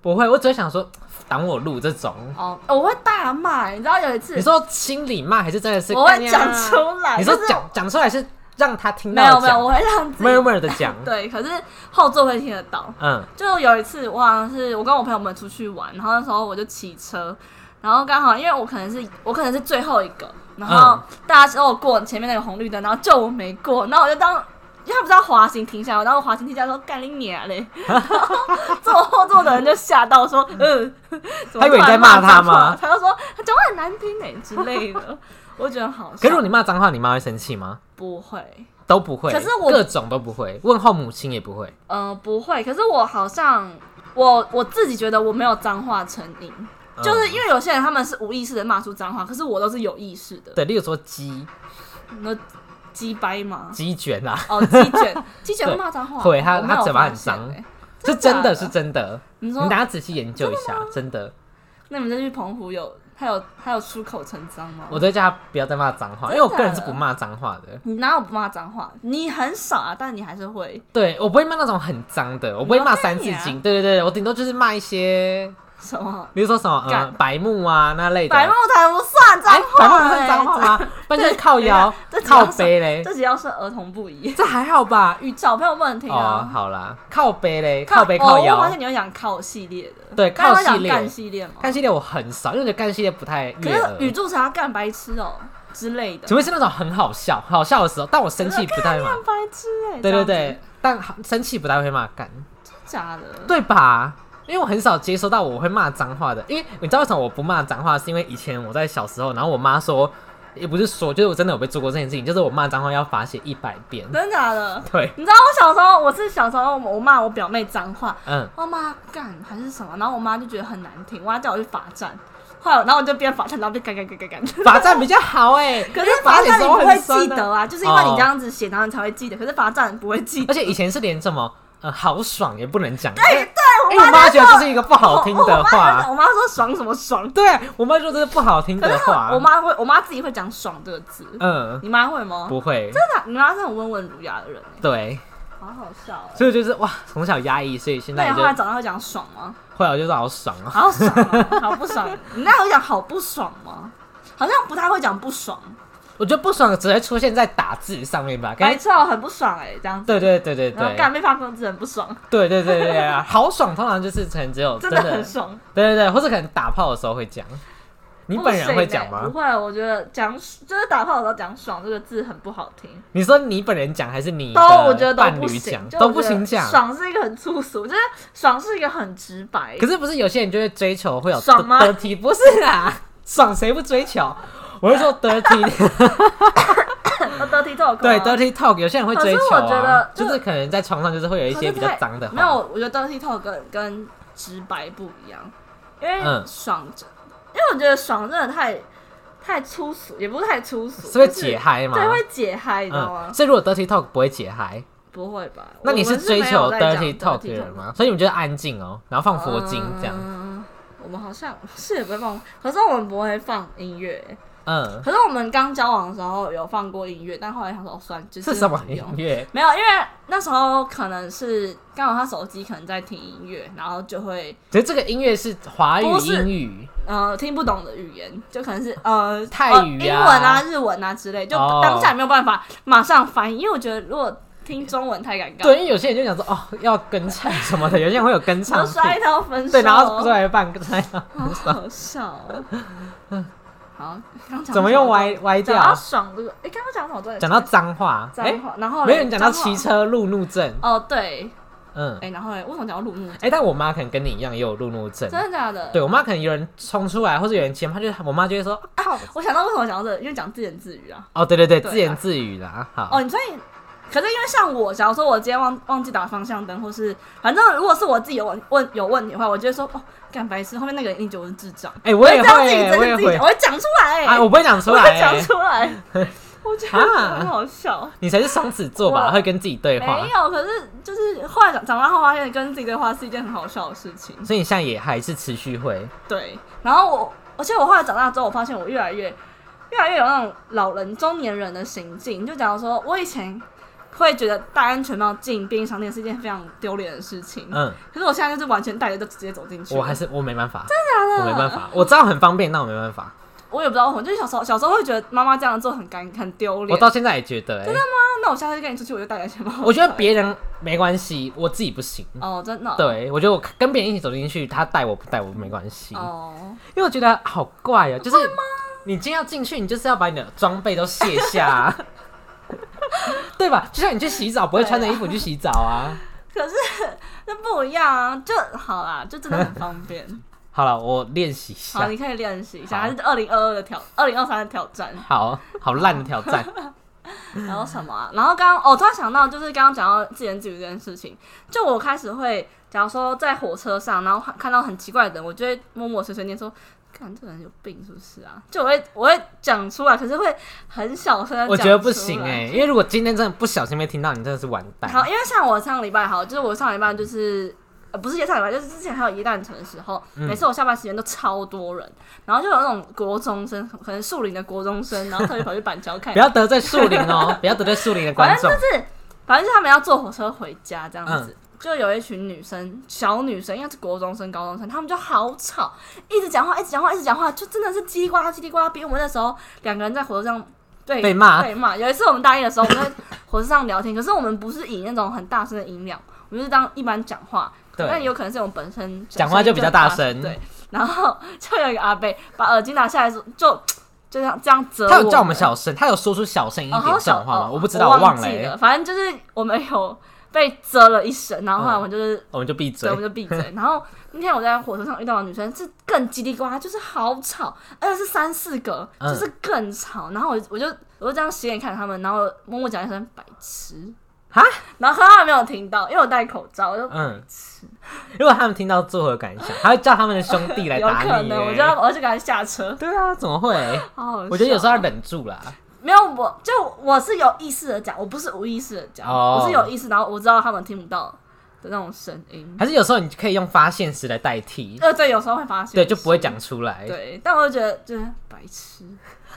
不会，我只会想说挡我路这种。
哦，我会大骂，你知道有一次
你，说心里骂还是真的是？
我会讲出
来。
来。
你说
就是
讲讲出来是让他听
没
到
有
的
没有，
讲
我会让自己
，murmur 的讲，
对，可是后座会听得到。
嗯，
就有一次，我好像是我跟我朋友们出去玩，然后那时候我就骑车，然后刚好因为我可能是我可能是最后一个，然后
嗯
大家都有过前面那个红绿灯，然后就我没过，然后我就当。因为他不知道滑行停下来，然后滑行停下来说干你娘
[LAUGHS]
嘞，然后坐我后座的人就吓到说，
[LAUGHS]
嗯，怎么
他以为你在
突然骂
骂他
脏话
吗
他就说他讲话很难听哎之类的，我觉得好笑。
可是如果你骂脏话，你妈会生气吗？
不会，
都不会，
啊可是我
各种都不会，问候母亲也不会。
嗯、不会。可是我好像我我自己觉得我没有脏话成瘾，
嗯
就是因为有些人他们是无意识的骂出脏话，可是我都是有意识的。
对，例如说
[LAUGHS]
鸡
那鸡掰吗？
鸡卷啊，
哦，鸡
[LAUGHS]
卷，鸡卷会骂脏话，
会他
我没有
他嘴巴很
发现
脏
欸
是
真
真
的
的是真的，
你
你
说
大，家仔细研究一下，真的。
那你们就去澎湖有他有他有出口成章吗？
我在家不要再骂脏
啊
话，因为我个人是不骂脏话的。
你哪有不骂脏话？你很少啊，但你还是会。
对，我不会骂那种很脏的，我不会骂三字
啊
经。对对对，我顶多就是骂一些，
什么？
比如说什么呃
干
白目啊那类的。
白目才不算脏
哎，白目
话、欸，
不是脏话吗？不然就是
对
靠腰
这、只
靠
要是
背嘞，
这只要是儿童不宜，
这还好吧？
与小朋友不能听
哦，
啊。
好啦，靠背嘞，靠背
哦
靠
我发
腰
现。你会讲靠系列的，
对
那你会
靠系
讲
列
干系列吗？
干系列我很少，因为我觉得干系列不太
可
悦
是
耳。
语助词要干白痴哦之类的，
除非是那种很好笑、很好笑的时候，但我生气不太会骂。
干白痴哎、这
对对
样子
对，，但好生气不太会骂干，
假的，
对吧？因为我很少接收到我会骂脏话的，因为你知道为什么我不骂脏话，是因为以前我在小时候，然后我妈说，也不是说，就是我真的有被做过这件事情，就是我骂脏话要罚写一百遍。
真假的。
对，
你知道我小时候，我是小时候我骂我表妹脏话，
嗯，
我妈干还是什么，然后我妈就觉得很难听，我妈叫我去罚站，后来然后我就变罚站，然后被干干干干干。
罚站比较好哎、
[LAUGHS] 可
因
是
为
罚
写
站你
的时候
不会
很酸
记
啊
得啊，就是因为你
哦
这样子写，然后你才会记得。可是罚站不会记
而
得。哎
且以前是连什么呃豪爽也不能讲，对对，因为
我
我
妈
妈
就
觉得这是一个不好听
我我
的
妈
话，
说我妈说爽什么爽，
对 [LAUGHS] 我妈说这是不好听
可
的
是
话，
我妈会，我妈自己会讲爽这个字。
嗯
你妈会吗？
不会，
真的啊，你妈是很温文儒雅的人欸，
对，
好好笑哦。
所以就是哇从小压抑，所以现
那
在
你
就
后来长大会讲爽吗？
后来我就是好爽啊，
好爽哦，好不爽。你那会讲好不爽吗？好像不太会讲不爽，
我觉得不爽只会出现在打字上面吧，
白
感觉
痴哦，很不爽哎，这样子。
对对对对
然后
对
干被发疯子很不爽，
对对对对
[LAUGHS]
啊，好爽通常就是可能只有
真的
的
很爽。
对对对，或者可能打炮的时候会讲，你本人会讲
不
吗？
行欸不会，我觉得讲就是打炮的时候讲“爽”这个字很不好听，
你说你本人讲还是你
欸都
的
我觉得
伴
都不
侣讲
行，就
都
我
不
觉得
行讲，
爽是一个很粗俗，就是爽是一个很直白。
可是不是有些人就会追求会有
爽吗
dirty，不是啊，爽谁不追求？我是说 dirty，
呃得体这首歌
对
啊，
dirty talk，有些人会追求、啊，
可是我觉得就
就是可能在床上就是会有一
可
些
是
比较
太
脏的话，
没有，我觉得得体 talk 跟跟直白不一样，因为
嗯
爽真，因为我觉得爽真的太太粗俗，也不是太粗俗，
是会
就是
解嗨嘛？
对，会解嗨，你知道吗
嗯，？所以如果 dirty talk 不会解嗨，
不会吧？
那你
我们是
追
没
求
有在讲
dirty talk 的人
talk
吗？所以你们就安静哦，然后放佛经这样，
嗯我们好像是也不会放，可是我们不会放音乐。
嗯，
可是我们刚交往的时候有放过音乐，但后来想说，哦，算了，就是
什么
不
音
用
乐？ [LAUGHS]
没有，因为那时候可能是刚好他手机可能在听音乐，然后就会
其实这个音乐是华语
不是
英语，
呃听不懂的语言，就可能是呃
泰
呃
语啊
英文啊、日文啊之类，就
哦
当下也没有办法马上翻译，因为我觉得如果听中文太尴尬，
对，因为有些人就想说哦要跟唱什么的，有些人会有跟
我
唱
就
癖，
摔哦到分手，
对，然后出来半摔到
好好笑哦。 [LAUGHS] 好，刚讲到
怎么
什
又
到
歪歪
讲到
掉？
爽这个，哎，刚刚讲到什么重点？
讲到脏话，
脏
哎，
话，然后嘞
没有人讲到骑。
脏话
车路怒症，
哦，对，
嗯，
哎，然后嘞，为什么讲到路怒？
哎，但我妈可能跟你一样也有路怒症，
真的假的？
对，我妈可能有人冲出来或者有人前她就我妈就会说，
啊，我想到为什么讲到这个，因为讲自言自语啊。
哦，对对对，
对啊
自言自语啦，好
哦，，你所以，可是因为像我，假如说我今天忘忘记打方向灯，或是反正如果是我自己有问问有问题的话，我就会说哦，干白痴，后面那个人一定觉得我是智障。
哎，我也
这样自己
会，
真
我也
的自己
会
讲，我，会讲出来，
啊，
哎
我不会讲出
我
来
会讲
欸，
出来，
[LAUGHS]
我觉得
啊
很好笑。
你才是双子座吧，
我
会跟自己对话
没，有，可是就是后来长长大后发现，跟自己对话是一件很好笑的事情。
所以你现在也还是持续会，
对，然后我，而且我后来长大之后，我发现我越来越越来越有那种老人、中年人的行径。就假如说，我以前会觉得戴安全帽进便利商店是一件非常丢脸的事情，
嗯，
可是我现在就是完全戴着就直接走进去了。
我还是我没办法，
真
我没办，法，我知道很方便，但我没办法，
我也不知道为什么，就是小时候小时候会觉得妈妈这样做很尴很丢
我
脸。啊
到现在也觉得，哎，
那那我下次跟你出去，我就戴安全帽。
我觉得别人没关系，我自己不行。
哦，真的哦
对，我觉得我跟别人一起走进去，他带我不带我没关系，
哦，
因为我觉得好怪哦、就是你今天要进去，你就是要把你的装备都卸下、啊
[LAUGHS]
对吧？就像你去洗澡，不会穿着衣服去洗澡
[LAUGHS]
啊。
可是那不一样啊，就好啦，就真的很方
[LAUGHS]
便。
好了，我练习一
好，
下。
你可以练习一下，
好
还是二零二二的挑，二零二三的挑战，
好好烂的
[LAUGHS]
挑战，
然后什么、啊？然后刚刚哦，突然想到，就是刚刚讲到自言自语这件事情，就我开始会，假如说在火车上，然后看到很奇怪的人，我就会默默碎碎念说。看这个人有病是不是啊？就我会我会讲出来，可是会很小声。
我觉得不行哎、。因为
哎
如果今天真的不小心被听到，你真的是完蛋。
好，因为像我上礼拜好，就是我上礼拜就是呃不是耶诞礼拜，就是之前还有耶诞城的时候，
嗯
每次我下班时间都超多人，然后就有那种国中生，可能树林的国中生，然后特别跑去板桥看
不，要得罪树林
[LAUGHS]
哦，不要得罪树林的观
反正
众嗯
就。是，反正就是他们要坐火车回家这样子。就有一群女生，小女生，应该是国中生、高中生，她们就好吵，一直讲话，一直讲话，一直讲话，就真的是叽里呱啦、叽里呱啦。比我们那时候两个人在火车上对
被骂
被骂。有一次我们大一的时候，我们在火车上聊天，可是我们不是以那种很大声的音量，我们就是当一般讲话。
对
但也有可能是我们本身
讲话就比较大声
对。然后 [LAUGHS] 就有一个阿贝把耳机拿下来说，就就这样这样折
他有叫我们
欸
小声，他有说出小声一
哦，
嗯点
好
这
小
种话吗？
哦
我不知道，
忘
忘
记
欸
了。反正就是我们有被蛰了一身，然后后来
嗯
我们就是、
我们就闭
对，
嘴
我。们就闭
[LAUGHS]
嘴。然后那天我在火车上遇到的女生是更叽里呱啦，就是好吵，而且是三四个，
嗯
就是更吵。然后我我就我就这样斜眼看他们，然后默默讲一声“白痴”，
哈，
然后他们没有听到，因为我戴口罩，我就。
嗯，如果他们听到作何感想？还会叫他们的兄弟来
有
打
可
你
能，我就
欸？
要，我就赶快下车。
[LAUGHS] 对啊，怎么会？
好好笑
我觉得有时候要忍住啦。
没有，我就我是有意识的讲，我不是无意识的讲，
哦
我是有意识，然后我知道他们听不到的那种声音。
还是有时候你可以用发现时来代替，
呃，对，有时候会发现，
对，就不会。讲出来。
对，但我就觉得就是白痴， [LAUGHS]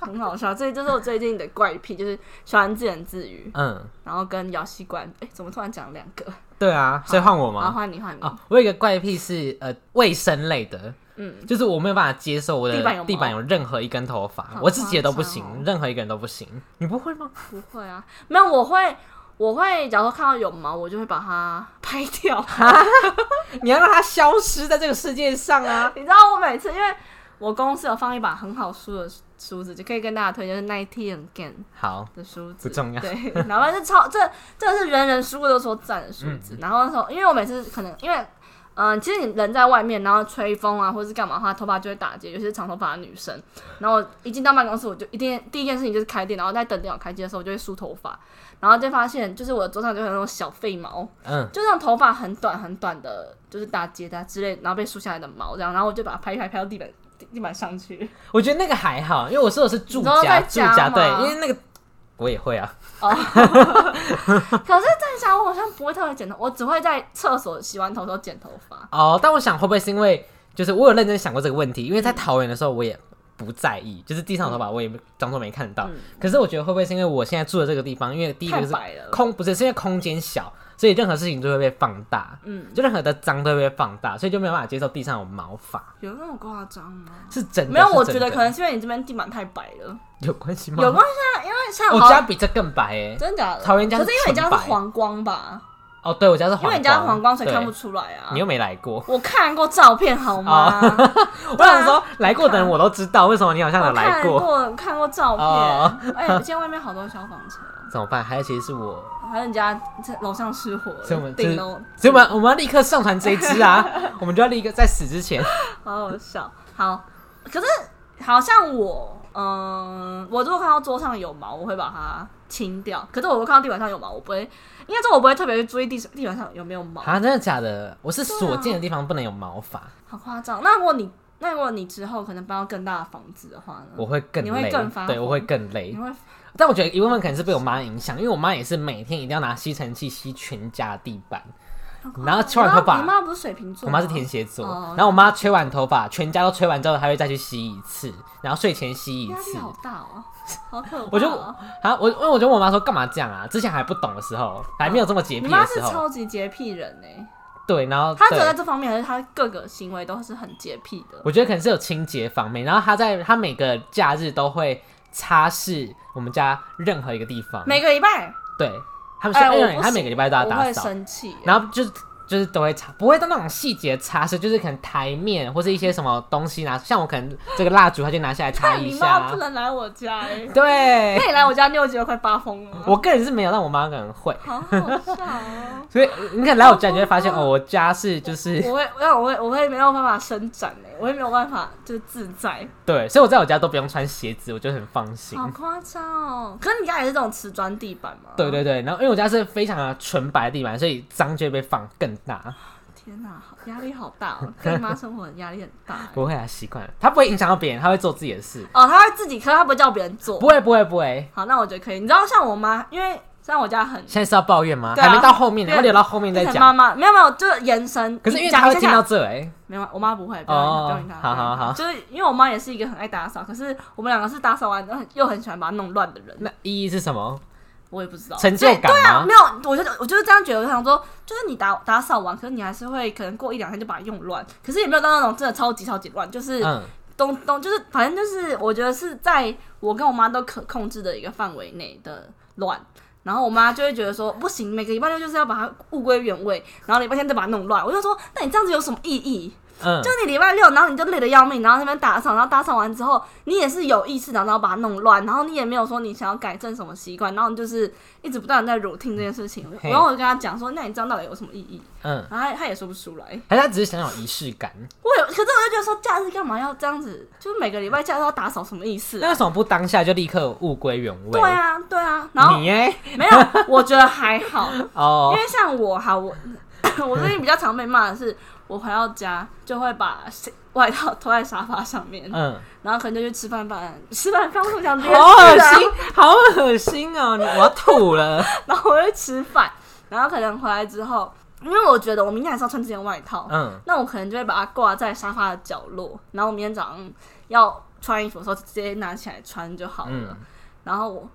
很好笑。这就是我最近的怪癖，就是喜欢自言自语，
嗯，
然后跟咬吸管。哎、怎么突然讲两个？
对啊，所以换我
然后
吗？
换你，换你。
哦，我有一个怪癖是呃卫生类的，
嗯，
就是我没有办法接受我的
地板有毛
有任何一根头发
好，
我自己的都不行
夸张哦，
任何一个人都不行。你不会吗？
不会啊，没有，我会，我会，假如说看到有毛，我就会把它拍掉。啊
你要让它消失在这个世界上啊！
你知道我每次，因为我公司有放一把很好梳的梳子，就可以跟大家推荐，就是 Ninety and Gain
好，
的梳子。
不重要。
对，然后是超这这是人人输过都说赞的
嗯
数字。然后那时候，因为我每次可能因为，嗯、其实你人在外面，然后吹风啊，或者是干嘛的话，头发就会打结，尤其是长头发的女生。然后我一进到办公室，我就一定第一件事情就是开店，然后在等电脑开机的时候，我就会梳头发，然后就发现就是我的桌上就会有那种小废毛，
嗯，
就那种头发很短很短的，就是打结的啊之类，然后被梳下来的毛这样，然后我就把它拍一拍，拍到地板地地板上去。
我觉得那个还好，因为我说的是住
你说
家，
在
住
家
家对，
吗
因为那个我也会啊。
可是在家我好像不会特别剪头，我只会在厕所洗完头的时候剪头发。
哦，但我想会不会是因为，就是我有认真想过这个问题，因为在桃园的时候我也不在意，就是地上的头发我也当做没看到。
嗯
可是我觉得会不会是因为我现在住的这个地方，因为第一
太
个是
白了
空，不是是因为空间小，所以任何事情都会被放大，
嗯，
就任何的脏都会被放大，所以就没有办法接受地上有毛发，
有那么夸张吗？
是真的。
没有，
是
我
真
觉得
的
可能是因为你这边地板太白了，
有关系吗？
有关系啊，因为像
我
好
家比这更白诶、
真的假的，
桃园家是
可是因为你家
纯白
是黄光吧？
哦，对，我家是黄
因
光，
为你家是黄光，所以
对
看不出来啊
你。又没来过，
我看过照片好吗？
我想说来过的人我都知道，为什么你好像有
啊我
哦 [LAUGHS] 来
看
过？
过看过照
哦
片，哎，现在外面好多消防车，
怎么办？还有其实是我，
还有你家这楼上失火
所以
了，
我们就是
顶楼，
所以我们我们要立刻上传这一支啊！我们就要立刻在死之前，
好好笑。好，可是好像我，嗯，我如果看到桌上有毛，我会把它清掉。可是我如果看到地板上有毛，我不会，应该说我不会特别去注意地地板上有没有毛，
啊，真的假的？我是
啊
所见的地方不能有毛发，
好夸张。那如果你，那如果你之后可能搬到更大的房子的话
我
呢？
会更
你会
累，
更发
对，
疯
我会更累
你。会
但我觉得一部分可能是被我妈影响，因为我妈也是每天一定要拿吸尘器吸全家地板，然后吹完头
你
发，
妈不是水瓶座
我
吗，
妈是天蝎座，
哦
然后我妈吹完头发，全家都吹完之后，还会再去吸一次，然后睡前吸一
压力
次。
好大哦，好可怕哦。
我就啊，我因为我就问我妈说干嘛这样啊？之前还不懂的时候，还没有这么洁癖
你妈
的
是
时候，
超级洁癖人哎、
对，然后
她只有
对
在这方面，还是她各个行为都是很洁癖的。
我觉得可能是有清洁方面，然后她在她每个假日都会擦拭我们家任何一个地方，
每个礼拜，
对，他们
哎
说
我
因为
不
她
行
每个礼拜都要
我
打
会
扫，
生气耶。
然后就是就是都会擦，不会到那种细节擦拭，就是可能台面或是一些什么东西拿，像我可能这个蜡烛，她就拿下来擦
看
一
你妈
下
不，能来我家哎、
对
那。你来我家，你有觉得快发疯了吗？
我个人是没有，但我妈可能会，。
好好笑哦
[LAUGHS] 所以你可能来我家，你就会发现哦，我家是就是
我会，我会，我会没有办法伸展哎、我也没有办法就是自在，
对，所以我在我家都不用穿鞋子，我觉得很放心。
好夸张哦。可是你家也是这种瓷砖地板吗？
对，对对，然后因为我家是非常的纯白的地板，所以脏就会被放更大。
天哪、好压力好大哦，跟你妈生活的压力很大、欸。
不会啊，习惯了，他不会影响到别人，他会做自己的事。
哦，她会自己，可是她不会叫别人做
不。会不会不会，
好，那我觉得可以。你知道，像我妈，因为虽然我家很
现在是要抱怨吗？
对啊
还没到后面，
对
要留到后面再
变成妈
讲。
妈没有没有，就是延伸。
可是因为
讲
他会
讲
听到这哎，
没有，我妈不会，不要理她
哦
不要理她。
好
不要理她
好好
就是因为我妈也是一个很爱打扫，可是我们两个是打扫完然后又很喜欢把它弄乱的人。
那意义是什么？
我也不知道
成就感
对对啊，
吗
没有，我就我就是这样觉得，我想说，就是你打打扫完，可是你还是会可能过一两天就把它用乱，可是也没有到那种真的超级超级乱，就是
嗯，
东东，就是反正就是我觉得是在我跟我妈都可控制的一个范围内的乱。然后我妈就会觉得说，不行，每个礼拜六就是要把它物归原位，然后礼拜天再把它弄乱。我就说，那你这样子有什么意义？
嗯
就，你礼拜六，然后你就累得要命，然后那边打扫，然后打扫完之后，你也是有意识的，然后把它弄乱，然后你也没有说你想要改正什么习惯，然后你就是一直不断的在 routine 这件事情。
嘿
然后我就跟她讲说，那你这样到底有什么意义？
嗯，
然后她她也说不出来。
还是他只是想有仪式感？
我有，可是我就觉得说假日干嘛要这样子？就是每个礼拜假日要打扫什么意思
那
啊、
为什么不当下就立刻物归原位？
对啊，对啊。然后
你哎，
没有，我觉得还好，因
[LAUGHS] 哦，
为像我哈，我 [COUGHS] 我最近比较常被骂的是，我回到家就会把外套 [LAUGHS] 拖在沙发上面，
嗯，
然后可能就去吃饭饭，吃饭饭我想别
好恶
人吃
心
啊，，
好恶心哦！你我要吐了。
然后我就吃饭，然后可能回来之后，因为我觉得我明天还是要穿这件外套，
嗯，
那我可能就会把它挂在沙发的角落，然后我明天早上要穿衣服的时候直接拿起来穿就好了。
嗯
然后我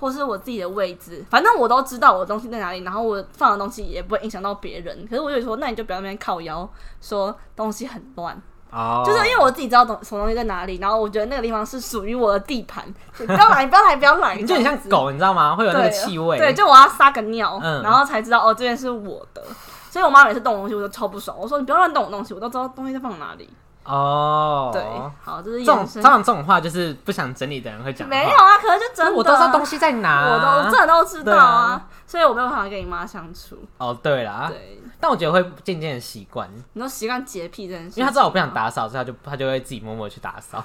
或是我自己的位置，反正我都知道我的东西在哪里，然后我放的东西也不会影响到别人。可是我就说，那你就不要在那边靠腰说东西很乱，
哦，
就是因为我自己知道东什么东西在哪里，然后我觉得那个地方是属于我的地盘，就不要来，不要来，不要来，
你就很像
这样子。
狗，你知道吗？会有那个
对
气味。
对，就我要撒个尿，
嗯
然后才知道哦，这件是我的。所以我妈每次动我东西，我都超不爽。我说你不要乱动我东西，我都知道东西在放哪里。
哦，
对，好，这是
这
延
种
伸
通。常这种话就是不想整理的人会讲的话。
没有啊，可是就真的啊、
我都知道东西在哪。
我都这都知道
啊
啊，所以我没有办法跟你妈相处。
哦，对啦，
对，
但我觉得会渐渐的习惯，
你都习惯洁癖这件事，
因为他知道我不想。打扫，所以他就他就会自己默默地去打扫。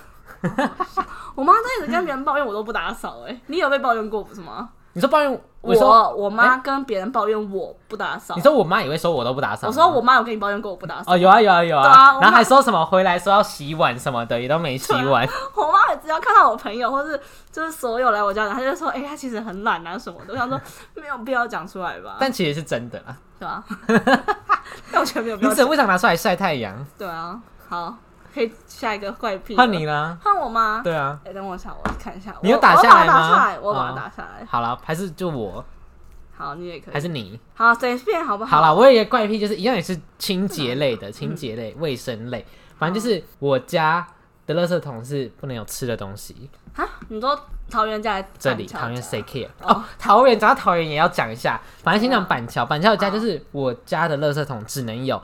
我妈都一直跟别人抱怨我都不打扫，哎，你有被抱怨过不是吗？
你说抱怨，
我
我说哎
我妈跟别人抱怨我不打扫
你，说我妈也会说我都不打扫吗。
我说我妈有跟你抱怨过我不打扫，
哦，有啊有啊有
对啊
啊，
我妈
然后还说什么回来说要洗碗什么的，也都没洗碗。
我妈只要看到我朋友或是就是所有来我家的，她就说，哎，她其实很懒啊什么的。我想
[LAUGHS]
说没有必要讲出来吧，
但其实是真的啦，
对吧？ [LAUGHS] 但我觉得没有必
你
要
只
讲，
是不想拿出来晒太阳。
对啊，好，可以下一个怪癖，
换，你啦，
换我吗？
对啊，
哎、等我一下，我看一下。
你有
我
打下来
我把
吗
它打下来，我把
哦
它打下来。
好啦，还是就我，
好，你也可以。
还是你。
好，随便好不嗯
好啦，我有一个怪癖，就是一样也是清洁类的，清洁类、卫生类，反正就是我家的垃圾桶是不能有吃的东西。
啊，你说桃园家还是
这里
板桥
桃园
家
谁 care？
哦嗯
哦，桃园讲到桃园也要讲一下，反正先讲
哇
板桥，板桥的家就是我家的垃圾桶只能有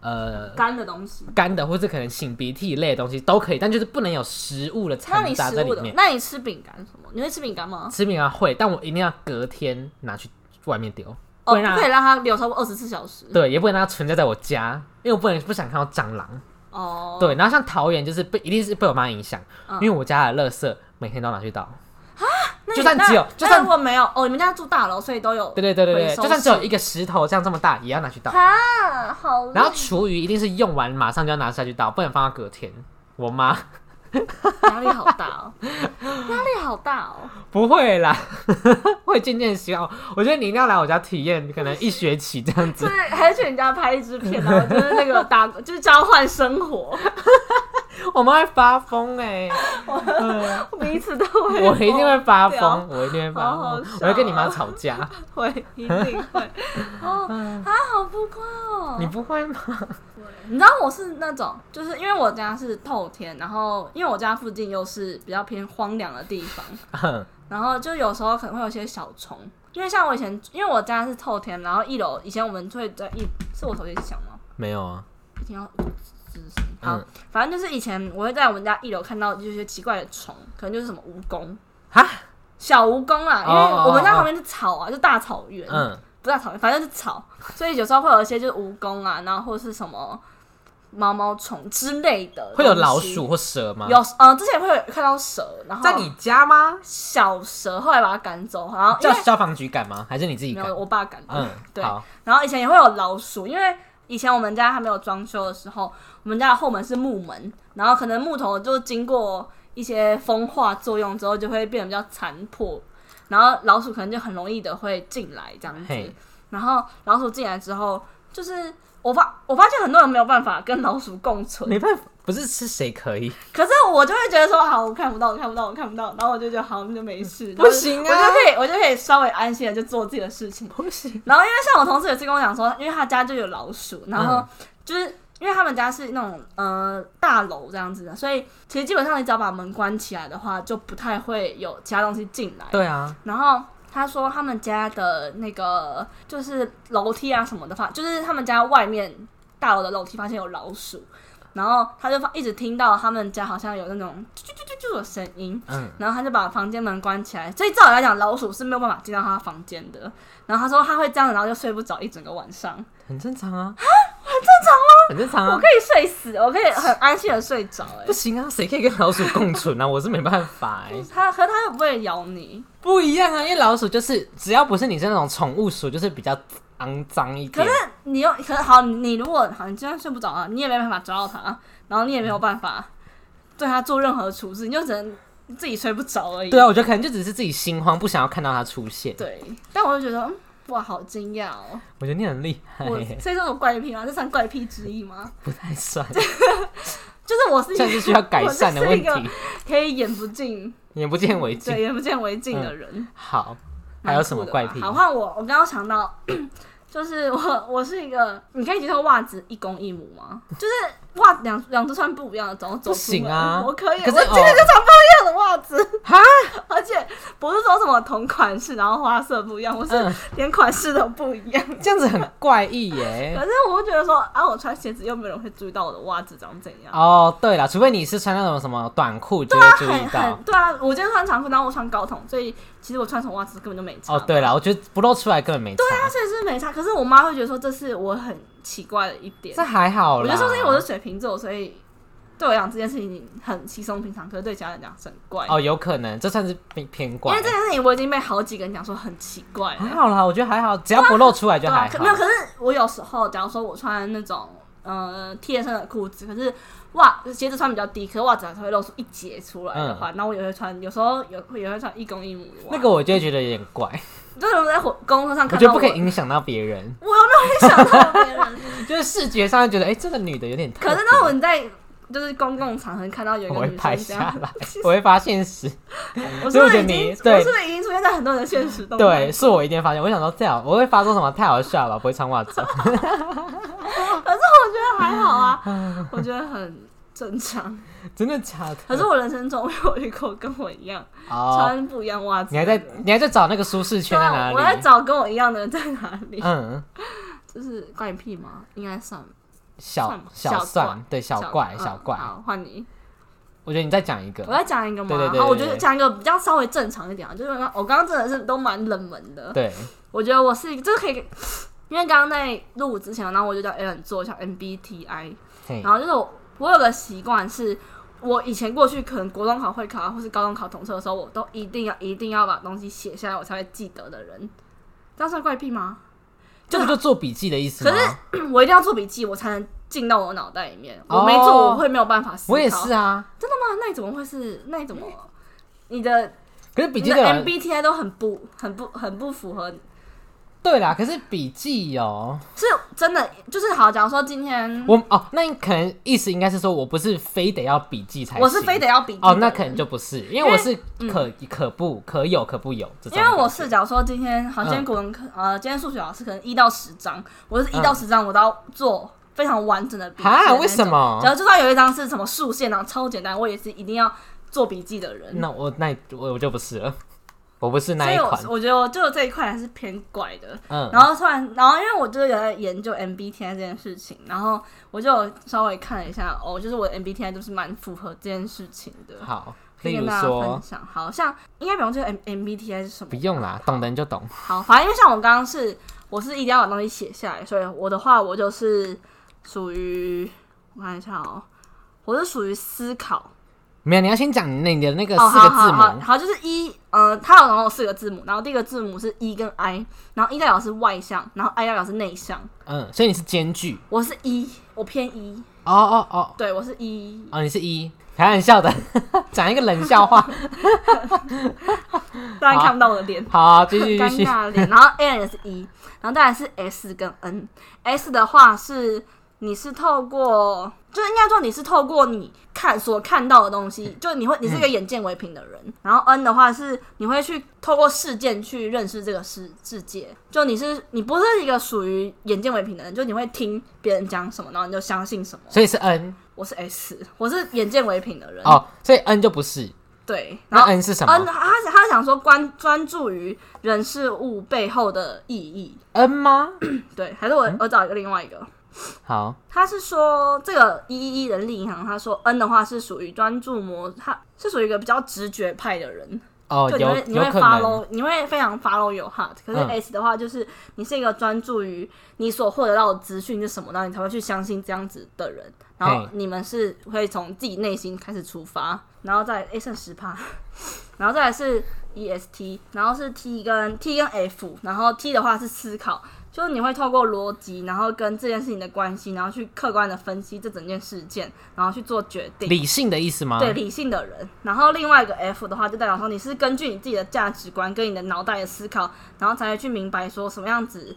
呃
干的东西？
干的，或是可能擤鼻涕类的东西都可以，但就是不能有食物的
那
残
你
渣
食
在
物
里
的，
面。
那你吃饼干什么？你会吃饼干吗？
吃饼啊会，但我一定要隔天拿去外面丢，
哦，
不
不
能让
可
它
以让它留超过二十四小时。
对，也不能让它存在在我家，因为我不能不想看到蟑螂。
哦，
对，然后像桃园就是被一定是被我妈影响，
嗯
因为我家的垃圾每天都拿去倒。
那你，
就算只有
那
就算
那如果没有哦，你们家住大楼，所以都有
对对对对
回
对，
收
就算只有
室
一个石头这样这么大，也要拿去倒。
啊，好累。
然后
[LAUGHS]
厨余一定是用完马上就要拿下去倒，不能放到隔天。我妈
压力好大哦，压力好大哦。
不会啦， [LAUGHS] 会渐渐习惯。我觉得你一定要来我家体验，可能一学期这样
[LAUGHS] 就
子。
是还去人家拍一支片，然后就是那个打，就是交换生
[LAUGHS]
活，
我妈会发疯哎、
彼此都会哦
我一定会发
疯掉
疯，我一定会发
啊好好
疯，
笑
我会跟你妈吵架。
会，一定会。哦，啊，好浮夸哦！
嗯你不会吗？ [LAUGHS]
你知道我是那种，就是因为我家是透天，然后因为我家附近又是比较偏荒凉的地方，然后就有时候可能会有一些小虫。因为像我以前，因为我家是透天，然后一楼以前我们会在一，是我头先讲吗？
没有啊，
一定要吱声。好，
嗯
反正就是以前我会在我们家一楼看到就是一些奇怪的虫，可能就是什么蜈蚣
哈，
小蜈蚣啊啦，因
哦哦
为我们家
哦
旁边是草啊，就大草原，
嗯，
不大草原，反正是草，所以有时候会有一些就是蜈蚣啊，然后或者是什么毛毛虫之类的，
会有老鼠，或蛇吗？
有呃，之前会有看到蛇，然后
在你家吗？
小蛇，后来把它赶走，然哦后因
叫
为
消防局赶吗？还是你自己
没
赶？
有我爸赶的，
嗯，
对
好，
然后以前也会有老鼠，因为以前我们家还没有装修的时候，我们家的后门是木门，然后可能木头就经过一些风化作用之后，就会变得比较残破。然后老鼠可能就很容易的会进来这样子
嘿。
然后老鼠进来之后，就是我发我发现很多人没有办法跟老鼠共存，
没办法，不是是谁可以？
可是我就会觉得说，好，我看不到，我看不到，我看不到，然后我就觉得好，那就没事，
不行啊
然后我就可以，我就可以稍微安心的就做自己的事情。
不行，
然后因为像我同事有次跟我讲说，因为他家就有老鼠，然后
嗯
就是。因为他们家是那种呃大楼这样子的，所以其实基本上你只要把门关起来的话，就不太会有其他东西进来。
对啊，
然后他说他们家的那个就是楼梯啊什么的发，就是他们家外面大楼的楼梯发现有老鼠，然后他就发一直听到他们家好像有那种啾啾啾啾啾的声音。
嗯，
然后他就把房间门关起来，所以照理来讲，老鼠是没有办法进到他房间的。然后他说他会这样，然后就睡不着一整个晚上。
很正常啊，很正常吗？很正常
我
啊
可，以睡死，我可以很安心的睡着、
不
哎，
行啊，谁可以跟老鼠共存啊？我是没办法
[LAUGHS]
哎、
他和他又不会咬你，
不一样啊，因为老鼠就是只要不是你是那种宠物鼠，就是比较肮脏一
可
点
是。你又可是好，你如果好，你今天睡不着啊，你也没办法抓到它，然后你也没有办法对它做任何处置，你就只能自己睡不着而已。
对啊，我觉得可能就只是自己心慌，不想要看到它出现。
对但我就觉得嗯哇，好惊讶哦！
我觉得你很厉害，欸 [LAUGHS]
我所以这种怪癖吗？这算怪癖之一吗？
不太算，
就是我是一
算是需要
个
改善的问
我就是一
题，
可以眼不见
眼不见为
对
[LAUGHS] 净。
眼不见为净的人。
好，还
蛮
有
酷
什么
的
怪
吧
癖？
好，换我，我刚刚想到， [CLEARS THROAT] 就是我我是一个，你可以接受袜子一公一母吗？就是袜两两只穿不一样的，走走出
不行
门
啊
我可以，
可是
我今天
哦
就穿不一样的袜子，
哈，
[LAUGHS] 而且不是说什么同款式，然后花色不一样，我是
嗯，
连款式都不一样。
这样子很怪异
[LAUGHS]
耶
可。是我会觉得说啊，我穿鞋子又没有人会注意到我的袜子长怎样。
哦，对了，除非你是穿那种什么短裤，就
啊
会注
很
意到
很。对啊，我今天穿长裤，然后我穿高筒，所以其实我穿什么袜子根本就没差。
哦，对了，我觉得不露出来根本没差，
他确实是没差，可是我妈会觉得说这是我很奇怪的一点。
这还好啦。
我觉得说是因为我是水瓶座，所以对我来讲这件事情很稀松平常，可是对其他人讲是很怪。
哦，有可能，这算是偏偏
因
怪
为这。件事情我已经被好几个人讲说很奇怪
还
了，
好啦，我觉得还好，只要不露出来就
对
还
啊，
好
可没。有。可是我有时候，假如说我穿那种呃贴身的裤子，可是袜鞋子穿比较低，可是袜子还是会露出一截出来的话，那、我也会穿，有时候有也会穿一公一母的袜。
嗯那个我就会觉得有点怪，
[LAUGHS] 就是我在火公车上
我
看
觉
到
得不可以
我
影响到别
[LAUGHS]
人，
我有没有影响到别人？
就是视觉上会觉得，哎，这个女的有点特
[LAUGHS]
别。
可是那我在就是公共场合看到有一
我
个
会
女
拍
生这
下
样， [LAUGHS]
来，我会发现时。
我
所
是
以
不是
我觉得
已
你
经，我
对
是不是已经出现在很多人的现实动态？
对，是我一定发现。我想说，太好，我会发出什么太好笑了吧，不会穿袜子。
可是我觉得还好
[LAUGHS]
啊，我觉得很正常。
真的假的？
可是我人生中没有遇过跟我一样
哦，
穿不一样袜子的
你还
人。
在你还在找那个舒适圈在哪
对啊我在
里？
找跟我一样的人在哪里？
嗯，
就是怪癖吗？应该算
小
算
小
小
算，对小怪
嗯
小怪。
好，换你。
我觉得你再讲一
我
个，
再讲一个嘛。
对对对
好，我觉
对对
得讲一个比较稍微正常一点啊，就是我刚刚真的是都蛮冷门的。
对，
我觉得我是这个可以， [SIGHS] 因为刚刚在录之前，然后我就叫 Alan 做一下 MBTI，
嘿
然后就是我我有个习惯是，我以前过去可能国中考会考啊，或是高中考统测的时候，我都一定要一定要把东西写下来，我才会记得的人，这样算怪癖吗？
这不就做笔记的意思
可
吗？
[CLEARS THROAT] 我一定要做笔记，我才能进到我的脑袋里面，
哦
我没做我会没有办法思考。
我也是
啊，
啊，
真的吗？那你怎么会是？那你怎么？你的
可是笔
你
记
的
对我来
MBTI 都很不很不很不符合
对啦，可是笔记哦，
是真的，就是好。假如说今天
我哦，那你可能意思应该是说我不是非得要笔记才行，
我是非得要笔记的
哦，
人
那可能就不是，因
为
为
嗯
我是可可不可有可不有这种
因
感
为
觉，
我是假如说今天好，今天
嗯
古文课、呃，今天数学老师可能一到十章，我是一
嗯
到十章我都要做非常完整的笔记的那
哈，
种。
为什么
假？如就算有一张是什么竖线然后超简单，我也是一定要做笔记的人。
那我那我我就不是了，我不是
所
那
以
一
我
款，
我觉得我就这一块还是偏怪的。
嗯，
然后突然，然后因为我就是有在研究 MBTI 这件事情，然后我就有稍微看了一下，哦，就是我的 MBTI 就是蛮符合这件事情的。
好，
可以
例
跟
如
大家分
说
享。好像应该不用这个 M MBTI 是什 M，M 么
不？用啦，懂的人就懂，
好，反正因为像我刚刚是我是一定要把东西写下来，所以我的话我就是属于我看一下哦、我是属于思考。
没有，你要先讲你的那个
哦，
四
好
个
好
字
好，
母，
好，就是一，呃，它有总共有四个字母，然后第一个字母是 E 跟 I，然后 E 代表是外向，然后 I 代表是内向。
嗯，所以你是间距，
我是 E，我偏 E，
哦哦哦
对我是 E。
[LAUGHS]
[LAUGHS]
哦，你是一，开玩笑的，讲一个冷笑话，
大家看不到我的脸，
好、啊，继续
尴
继续。
尬的脸。然后 N 也是一，然后再来是 S 跟 N。S 的话是你是透过，就是应该说你是透过你看所看到的东西，就你会你是一个眼见为凭的人。然后 N 的话是你会去透过事件去认识这个世世界，就你是你不是一个属于眼见为凭的人，就你会听别人讲什么，然后你就相信什么。
所以是 N
我是 S，我是眼见为凭的人。
哦，所以 N 就不是。
对，然
那
后
N 是什么
嗯，他他想说关专注于人事物背后的意义，[COUGHS]
？N 吗？
对，还是我、
嗯
我找一个另外一个，
好，
他是说这个一一一人力银行，他说 N 的话是属于专注模，他是属于一个比较直觉派的人，
哦，
就你
有
会你
有
会
可能
follow，你会非常 follow your heart。可是
嗯
S 的话就是你是一个专注于你所获得到的资讯是什么，然后你才会去相信这样子的人，然后
嘿
你们是会从自己内心开始出发，然后再诶剩十趴， [LAUGHS] 然后再来是 EST，然后是 T 跟 T 跟 F，然后 T 的话是思考。就是你会透过逻辑，然后跟这件事情的关系，然后去客观的分析这整件事件，然后去做决定。
理性的意思吗？
对理性的人，然后另外一个 F 的话，就代表说你是根据你自己的价值观跟你的脑袋的思考，然后才会去明白说什么样子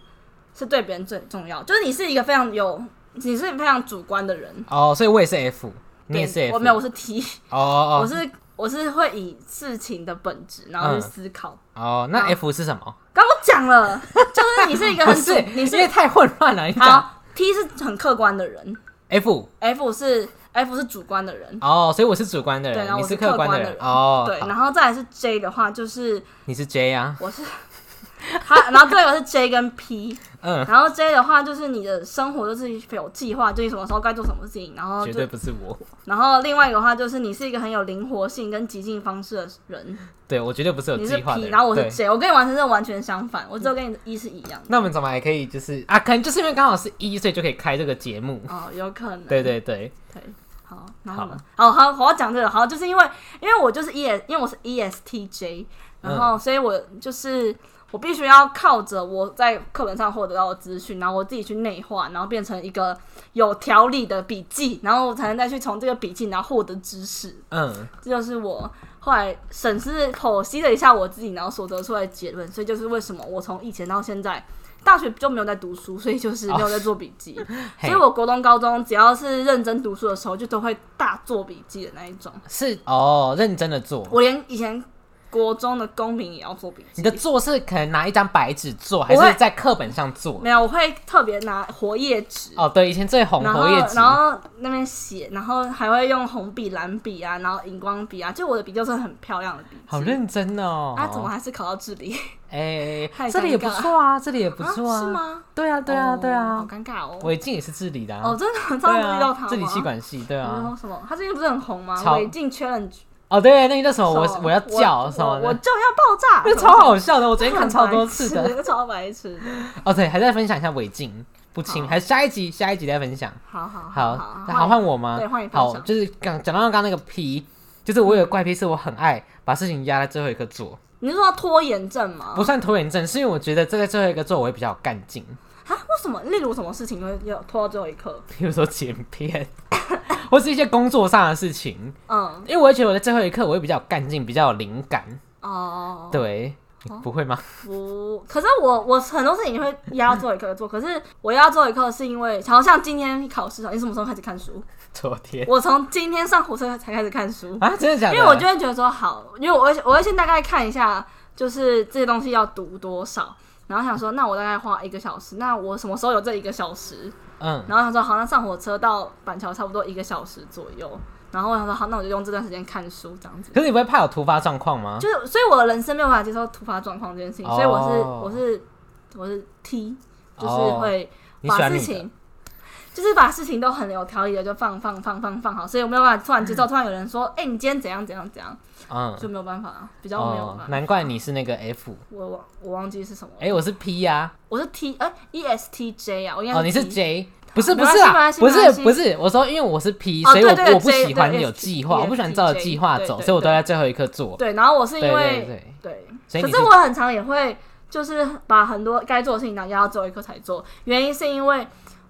是对别人最重要。就是你是一个非常有，你是非常主观的人。
哦，所以我也是 F，你
对
也是 F，
我没有，我是 T，、
哦哦
[LAUGHS] 我是我是会以事情的本质，然后去思考。
哦哦，那 F 是什么？
刚我讲了，就是你是一个
[LAUGHS] 不
很主
是，，
你
因为
是
太混乱了，你讲
好 T 是很客观的人
F
，F 是 F 是主观的人。
哦，所以我是主观的
对然
人，
后
你
我是
客观
客观的
人
人
哦，
对，
好
然后再来是 J 的话，就是
你是 J 啊，
我是 [LAUGHS] 他，然后这个是 J 跟 P，
嗯，
然后 J 的话就是你的生活就是有计划，就你什么时候该做什么事情，然后
绝
哦就
对不是我，
然后另外一个话就是你是一个很有灵活性跟激进方式的人，
对我绝对不是有
你是
计划的
P，
人，
然后我是
对嗯
J，我跟你完全是完全相反，我只有跟你的一是一样的
那我们怎么还可以就是啊？可能就是因为刚好是一，所以就可以开这个节目。
哦，有可能
对对对，
对。好，然后呢？好好，我要讲这个。好，就是因为因为我就是 E，S，因为我是 E S T J，然后所以我就是我必须要靠着我在课本上获得到的资讯，然后我自己去内化，然后变成一个有条理的笔记，然后我才能再去从这个笔记然后获得知识。
嗯，
这就是我后来审视剖析了一下我自己，然后所得出来的结论。所以就是为什么我从以前到现在。大学就没有在读书，所以就是没有在做笔记。
哦 [LAUGHS]
所
嘿
以我国中、高中只要是认真读书的时候，就都会大做笔记的那一种。
是哦，认真的做。
我连以前国中的公民也要做笔记
你的，做是可能拿一张白纸做，还
我会
是在课本上做？
没有，我会特别拿活页纸。
哦，对，以前最红
然后
活页，纸
然后那边写，然后还会用红笔、蓝笔啊，然后荧光笔啊，就我的笔就是很漂亮的笔记。
好认真哦。
啊，怎么还是考到智力？
哎、
太
这里也
尴
不
尬
错啊，这里也不错
是？吗？
对啊，对啊，
哦
对啊
好。尴尬哦。
韦静也是治理的、啊。
哦，真的，上次
对
遇到他
啊
吗？，哦
治理气管系，对
然
啊。
后什么？他最近不是很红吗？
超
违禁 challenge
哦，对，那个叫什么，
什
我
么
我要叫啊什么
我
的，
就要爆炸，
那个
什么
[LAUGHS] 超好笑的，我昨天
很
看超多次
白
的。
痴，超白痴的。
哦，对，还在分享一下韦静不清，
好
还下一集，下一集再分享。
好好
好，
好，
那好换我吗？
对换你分
好，
享
就是刚讲到刚刚那个 P，就是我有个怪癖，是我很爱把事情压在最后一个做，
你是说拖延症吗？
不算拖延症，是因为我觉得这在最后一个做我会比较有干劲，
啊，为什么？例如什么事情会要拖到最后一刻？
[LAUGHS] 比如说剪片， [LAUGHS] 或是一些工作上的事情，
嗯，
因为我会觉得我在最后一刻我会比较有干劲，比较有灵感。
哦，
对，你不会吗？ [LAUGHS]
不，可是我我很多事情会压到最后一刻做，可是我压到最后一刻是因为，好像今天考试，你什么时候开始看书？
昨天
我从今天上火车才开始看书，
啊，真的假
因
的？
为我就会觉得说好，因为我会我会先大概看一下，就是这些东西要读多少，然后想说，那我大概花一个小时，那我什么时候有这一个小时？
嗯，
然后想说，好，那上火车到板桥差不多一个小时左右。然后我想说，好，那我就用这段时间看书这
[LAUGHS]
样子。
可是你不会怕有突发状况吗？
就是，所以我的人生没有办法接受突发状况这件事情，所以我是
哦
我是我是 T，就是
哦
会
你喜
把
欢
事
你的
情。就是把事情都很有条理的就放放放放放好，所以我没有办法突然
[LAUGHS]
接受，突然有人说，哎、你今天怎样怎样怎样，
嗯
就没有办法，比较没有办
哦
法。，
难怪你是那个 F，
我忘我忘记是什么，
哎、我是 P 呀、
我是 T 哎、E S T J 啊，我应该
哦，你是
T
J，不是
没
不
关
是
系没
啦
关，系
不
没
是
关系
不是，我说因为我是 P，
哦
所以我
对对
我不
J，
喜欢
对
有
S
计划，我不喜欢
T
照着
J
计划
对
走，
对
所以我都
对
在最后一刻做。
对，然后我是因
对对
为
对，
对
所以
可
你
是
是
我很常也会就是把很多该做的事情然后压到最后一刻才做，原因是因为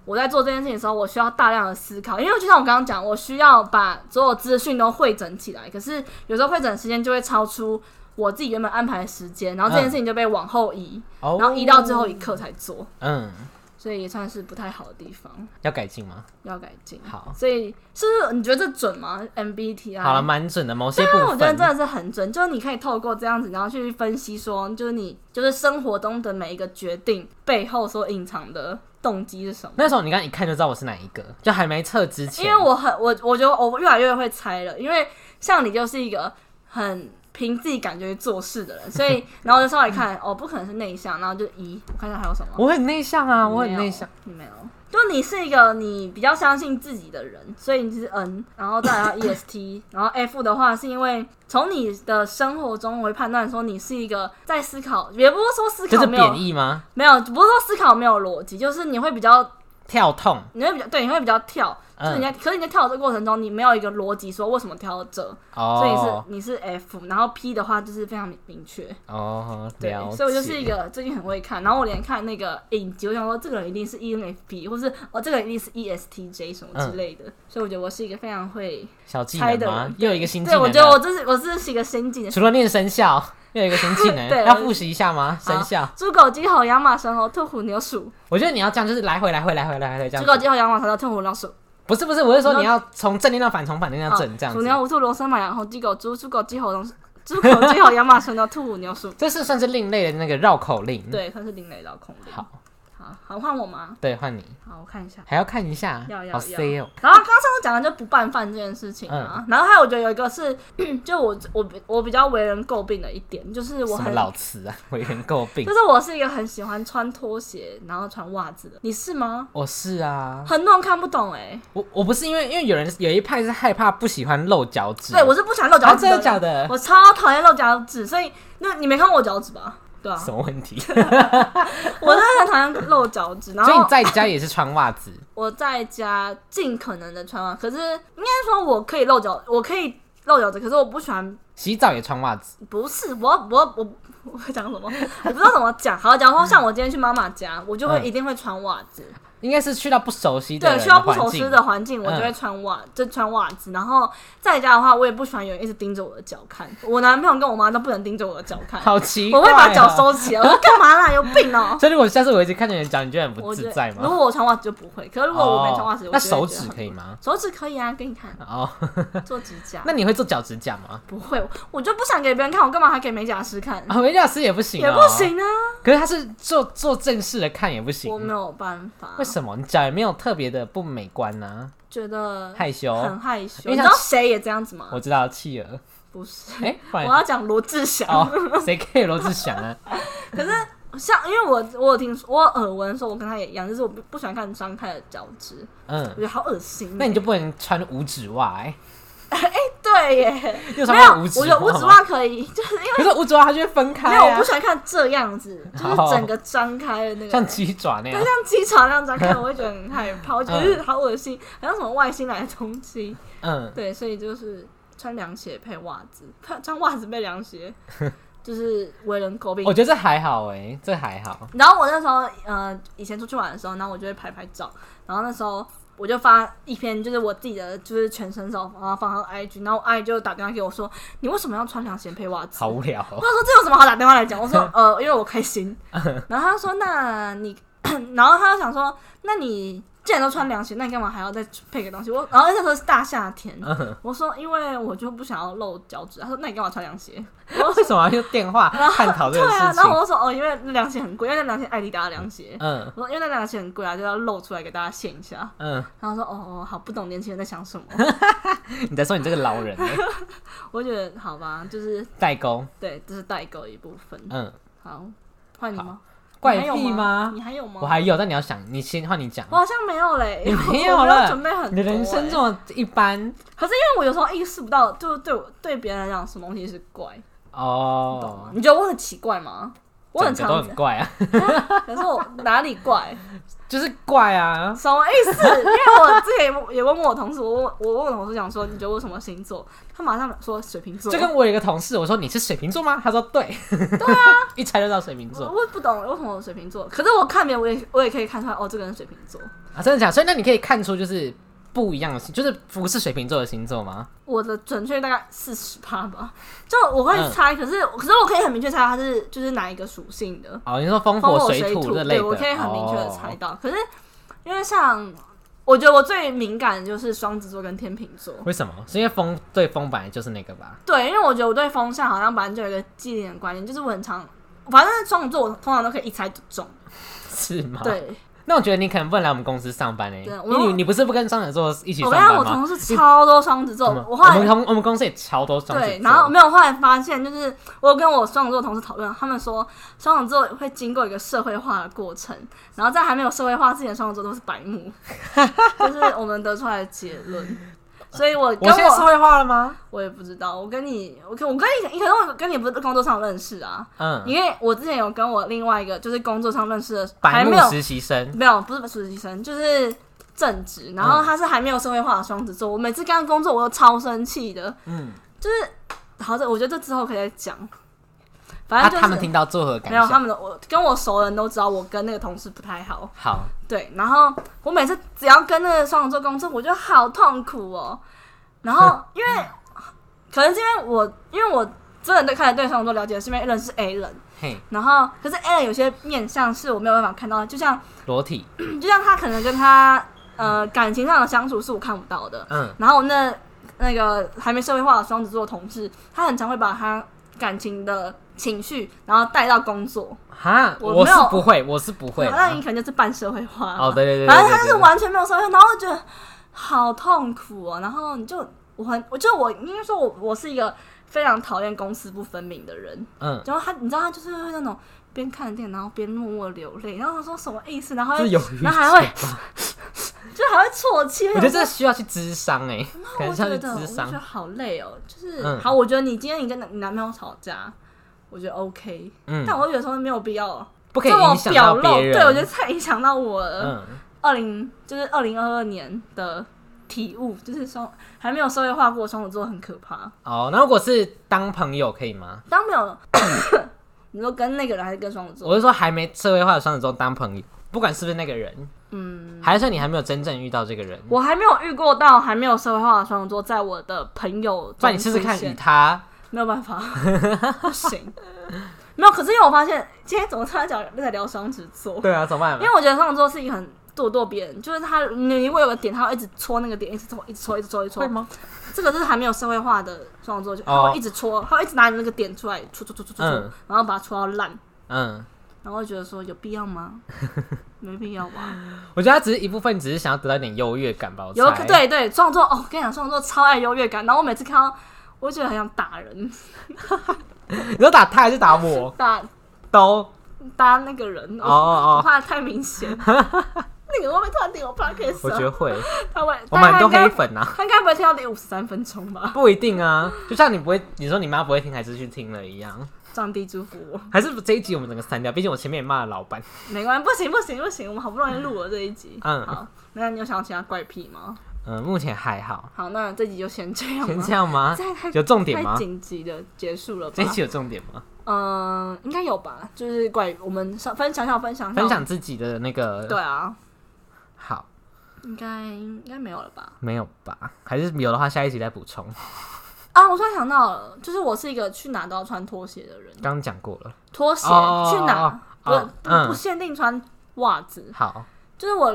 我在做这件事情的时候，我需要大量的思考，因为就像我刚刚讲，我需要把所有资讯都汇整起来，可是有时候汇整的时间就会超出。我自己原本安排的时间，然后这件事情就被往后移，
嗯哦
然后移到最后一刻才做，
嗯，
所以也算是不太好的地方，
要改进吗？
要改进。
好，
所以是不是你觉得这准吗？MBTI
好了，蛮准的，某些部
但
分。
啊我觉得真的是很准，就是你可以透过这样子，然后去分析说，就是你就是生活中的每一个决定背后所隐藏的动机是什么。
那时候你刚一看就知道我是哪一个，就还没测之前，
因为我很我我觉得我越来越会猜了，因为像你就是一个很凭自己感觉做事的人，所以然后我就稍微看，哦，不可能是内向，然后就一我看一下还有什么。
我很内向啊，我很
没有
内向，，
你没有。就你是一个你比较相信自己的人，所以你是 N，然后再来 EST，然 [LAUGHS] 后 F 的话是因为从你的生活中我会判断说你是一个在思考，也不是说思
这
考
是
没有
贬义吗？
没有，不是说思考没有逻辑，就是你会比较
跳痛，
你会比较对，你会比较跳，就是你
嗯，
在、可是你在跳的这个过程中，你没有一个逻辑说为什么跳到这，所以是
哦，
你是 F，然后 P 的话就是非常明确，
哦，
对
了，解，
所以我就是一个最近很会看，然后我连看那个影集，我想说这个人一定是 E ENFP，或是哦这个人一定是 ESTJ 什
嗯
么之类的，所以我觉得我是一个非常会
小技
猜
能
的
吗
人？，
又有一个新技
对，
能
我
了，
觉得我这是我这是一个先进的。
除了练生肖，又有一个新技能，
[LAUGHS] 对
要
我啊
复习一下吗？生肖，
猪狗、鸡猴、羊马、神猴、兔虎、牛鼠。
我觉得你要这样，就是来回来回来回来回这
猪
样
狗、
子，
鸡猴、羊马、神猴、兔虎、牛鼠。
不是不是，我是说
你哦
你要从正念到反，从反正到正这样
鼠、
子，
牛、无兔、龙、生、马、羊、猴、鸡、狗、猪。猪狗、鸡猴、龙、猪狗、鸡猴、羊马、神猴、兔虎、牛鼠。
这是算是另类的那个绕口令，，
对，它是另类到空灵。
好，
好，好，换我吗？
对，换你，
好，我看一下。
还要看一下
要，要
好 C 哦，嗯
然后刚刚上次讲的就不拌饭这件事情啊，然后还有我觉得有一个是，就我我比我比较为人诟病的一点，就是我
什么
很
老词啊， [LAUGHS] 为人诟病
就，是我是一个很喜欢穿拖鞋然后穿袜子的，你是吗？
我是啊，
很多人看不懂哎、
我我不是因为因为有人有一派是害怕不喜欢露脚趾，
对我是不喜欢露脚
啊
趾
真的假
的，
的？
我超讨厌露脚趾，所以那你没看过我脚趾吧？对啊
什，么问
[LAUGHS]
题？
我真的很讨厌露脚趾，然
所以你
后
在家也是穿袜子，
我在家尽可能的穿袜，可是应该说我可以露脚，我可以露脚趾，可是我不喜欢
洗澡也穿袜子，
不是，我我我 [LAUGHS] 我会讲什么？我不知道怎么讲。好，假如说像我今天去妈妈家，我就会
嗯
一定会穿袜子。
应该是去到不熟悉的
对，
人
需要不
环
潮
境嗯
湿的环境，我就会穿袜，就穿袜子。然后在家的话，我也不喜欢有人一直盯着我的脚看。我男朋友跟我妈都不能盯着我的脚看，
好奇怪、哦啊
我会把脚。收起
[LAUGHS]
来。我说干嘛啦？有病哦、
所以如果下次我一直看着你的脚，你就很 [LAUGHS] 不
我觉
自
得
在
如
吗？
果我穿袜子就不会，可是如果我没穿袜子，
哦
我
那
就会
手
觉得
指
很
可以吗？
手指可以啊，给你
[LAUGHS]
看
哦，
做指甲。
那你会做脚趾甲
[LAUGHS]
吗？
不会，我就不想给别人看，我干嘛还给美甲师看？
啊，美甲师也不行、哦，
也不。行啊，
可是他是做做正式的看也不行
我，没有办法。
为什么？你脚也没有特别的不美观啊呢、
觉得
害羞
很害羞。
因为
你知
像
道谁也这样子吗？
我知道
[LAUGHS]
企鹅，
不是，
[LAUGHS] 哎、不
我
然
要讲罗志祥。
哦，谁 care 罗志祥啊？ [LAUGHS]
像因为我我有听说，我有耳闻说，我跟他也一样，就是我不不喜欢看张开的脚趾，我
嗯
觉，得好恶心。欸
那你就不能穿五指袜、欸，
对耶，没
就穿
有
过五，指
我觉得五指袜可以，就是因为
可是五指袜它就会分开、
没
啊，
有，我不喜欢看这样子，就是
好
整个张开的那个，
像鸡啊爪那
对，
样。
像鸡爪那样张
[LAUGHS]
开，我会觉得很害怕，我觉得好恶心，好像什么外星来的东西。
嗯，
对，所以就是穿凉鞋配袜子，穿穿袜子配凉
[LAUGHS]
鞋，就是为人诟病
我。觉得这还好哎、这还好。
然后我那时候呃，以前出去玩的时候，然后我就会拍拍照，然后那时候我就发一篇就是我自己的就是全身照，然后放上 IG，然后 IG 就打电话给我说，你为什么要穿凉鞋配袜子？
好无聊、
我
哦。
说这有什么好打电话来讲？我说呃，因为我开心。然后他说那你， [COUGHS] 然后他就想说，那你既然都穿凉鞋，那你干嘛还要再配个东西？我然后那时候是大夏天，
嗯
我说因为我就不想要露脚趾。他说那你干嘛穿凉鞋？
[LAUGHS] 为什么要用电话探讨这
对
个
啊
事，
然后我
情？
就说哦，因为那凉鞋很贵，因为那凉鞋艾迪达的凉鞋。
嗯
我说因为那两个钱很贵啊，就要露出来给大家现一下。
嗯，
然后说哦，好不懂年轻人在想什么。 [LAUGHS]
你在说你这个老人欸
我觉得好吧，就是
代沟？
对，这是代沟一部分。
嗯，
好，换你吗？
怪
你还有
癖
吗
吗？？
你还有吗？
我还有，但你要想，你先换你讲
我。好像没有嘞，
[LAUGHS] 你没有
我
了
准备很多
你的
欸
人生这么一般
可是因为我有时候意识不到，就对我对别人来讲什么东西是怪，懂吗
哦，
你觉得我很奇怪吗？我很
整个都
常
很，怪啊，
[LAUGHS] 可是我哪里怪？
就是怪啊。
什么意思？因为我之前也问也问过我同事，我问我问我同事讲说，你觉得我什么星座？他马上说水瓶座。
就跟我有一个同事，我说你是水瓶座吗？他说对，对啊， [LAUGHS] 一猜就知道水瓶座
我我不懂为什么我水瓶座，可是我看别人我也我也可以看出来，哦，这个人水瓶座。
啊，真的假的？所以那你可以看出就是不一样的星，就是不是水瓶座的星座吗？
我的准确大概四十趴吧，就我会
嗯
猜，可是可是我可以很明确猜它是就是哪一个属性的，
哦，你说风
风火
水
土，
这
对
类的，
我可以很明确的
哦
猜到。可是因为像我觉得我最敏感的就是双子座跟天秤座，
为什么？是因为风对风本来就是那个
[LAUGHS]
吧？
对，因为我觉得我对风向好像本来就有一个既定的观念，就是我很常，反正双子座我通常都可以一猜就中。
是吗？。
对，
那我觉得你可能不能来我们公司上班诶、
对啊
因
我
为你你不是不跟双子座一起
我
上
跟你讲，
班
我
吗？嗯
同事超多双子座，
我们
我
我
后来
们同我们公司也超多双子座，
对，然后没有，后来发现就是我有跟我双子座同事讨论，他们说双子座会经过一个社会化的过程，然后在还没有社会化之前，双子座都是白目， [LAUGHS] 就是我们得出来的结论。
[LAUGHS]
所以我跟
我现在社
我
会化了吗？
我也不知道，我跟你我跟我跟你，你可能我跟你不是工作上认识啊，
嗯，
因为我之前有跟我另外一个就是工作上认识的，还
白目
没有
实习生，
没有不是实习生，就是正职，然后他是还没有社会化的双子座，我每次跟他工作我都超生气的，
嗯，
好，这我觉得这之后可以再讲。反
啊，
正就是、
他们听到作何感
没有他
想？
们的，我跟我熟人都知道我跟那个同事不太好。
好，
对，然后我每次只要跟那个双子座工作，我就好痛苦哦。然
[LAUGHS]
后因为可能是因为我，因为我真的对开始对双子座了解是因为认识 A 人，
嘿，
然后可是 A 人有些面相是我没有办法看到的，就像
裸体，
就像他可能跟他呃感情上的相处是我看不到的，
嗯，
然后那那个还没社会化的双子座同事，他很常会把他感情的情绪，然后带到工作。
哈，
我
我
没
是
有
不会，我是不会啦，
那你可能就是半社会化。
哦，对对对，对
反正他
对
是
对
完全没有社会化，然后我觉得好痛苦哦。然后你就我很，我就我应该说我我是一个非常讨厌公私不分明的人。
嗯，
然后他，你知道他就是会那种边看电影，然后边默默流泪，然后他说什么意思，然后
这
会
是有余
然后还会
吧？
[LAUGHS] 就还会啜泣。
我觉得这需要去智商哎、可能
我
需
觉
要去
得，我
智
就觉得
商。
好累哦。就是、
嗯
好，我觉得你今天你跟你男朋友吵架，我觉得 OK，、
嗯，
但我有时候没有必要
不可以
这么
嗯影响到
表露。
别人。
对，我觉得太影响到我了。
嗯，
二零、就是二零二二年的体悟，就是双还没有社会化过的双子座很可怕。
哦，那如果是当朋友可以吗？
当没有，你说跟那个人还是跟双子座？
我是说还没社会化的双子座当朋友，不管是不是那个人，
嗯，
还是说你还没有真正遇到这个人，
我还没有遇过到还没有社会化的双子座，在我的朋友
不
中
然你试试
出
看
现
与他
没有办法，不行。没有，可是因为我发现今天怎么突然讲在聊双子座，
对啊，怎么办
因？为我觉得双子座是一个很咄咄逼人，就是他你如果有个点，他会一直戳那个点，一直戳，一直戳，一直戳，一直
会
戳。
吗？
这个就是还没有社会化的双子座，就他
哦
会一直戳，他会一直拿你那个点出来戳戳戳戳戳戳
嗯，
然后把它戳到烂，
嗯，
然后会觉得说有必要
[LAUGHS]
吗？没必要吧？
我觉得他只是一部分，只是想要得到一点优越感吧。我
有
猜
可对对，双子座哦，我跟你讲，双子座超爱优越感，然后我每次看到，我就觉得很想打人，
你说打他还是打我？
打
都哦
打那个人
哦哦，
怕太明 [LAUGHS] 显。那个会不会突然点我 podcast？
我
啊
觉得会，
他会，
我
但他
蛮多
应该
黑粉啊。
他应该不会听到第五十三分钟吧？
不一定啊，就像你不会，你说你妈不会听，还是去听了一样，
上帝祝福我，
还是这一集我们整个删掉，毕竟我前面也骂了老板。
没关系，不行不行不行，我们好不容易录了这一集。
嗯
好，那你有想到其他怪癖吗？
嗯，目前还好，
好，那这集就先这样
先
吧
这。样吗
这？样太
有重点
太
吗？
紧急的结束了吧
[LAUGHS] 这一？期有重点吗？
嗯、应该有吧。就是怪我们上分享一下分享一下
分享自己的那个
对啊，
好，
应该应该没有了吧？
没有吧？还是有的话，下一集再补充。
啊，我突然想到了，就是我是一个去哪都要穿拖鞋的人，
刚刚讲过了，
拖鞋、
哦
去哪、
哦
不
嗯
不不限定穿袜子，
好，
就是我，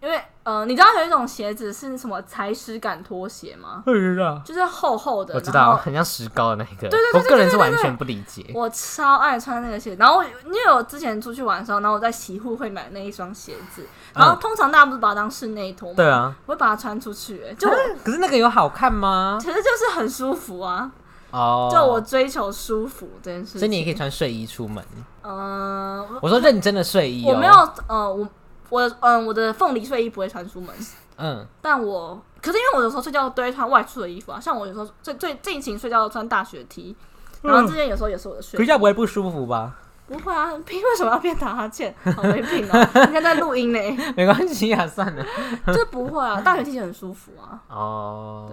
因为呃，你知道有一种鞋子是什么踩屎感拖鞋吗？
不知道，
就是厚厚的，
我知
然
道，
后
很像石膏的那个，
对对对
我个人是完全不理解。
我超爱穿那个鞋，然后我因为我之前出去玩的时候，然后我在洗护会买那一双鞋子，然后通常大家不是把它当室内拖吗？
嗯对
[CLEARS THROAT]
啊，
我会把它穿出去、欸，就我
[LAUGHS] 可是那个有好看吗？
其实就是很舒服啊，
哦，
就我，追求舒服这件事情。
所以你也可以，穿睡衣出门。
嗯、
我说认真的睡衣、哦，
我没有，，呃，我我嗯、我的凤梨睡衣不会穿出门，
嗯，
但我可是因为我有时候睡觉都会穿外出的衣服啊，像我有时候最最近期睡觉都穿大学 T，然后之前有时候也是我的睡
可是
衣。
这样不会不舒服吧？
不会啊，拼为什么要变打哈欠？好没品哦，人家在录音 [LAUGHS] 呢，
[LAUGHS] 没关系啊，算了。
就是不会啊，大学 T 就很舒服啊。
哦，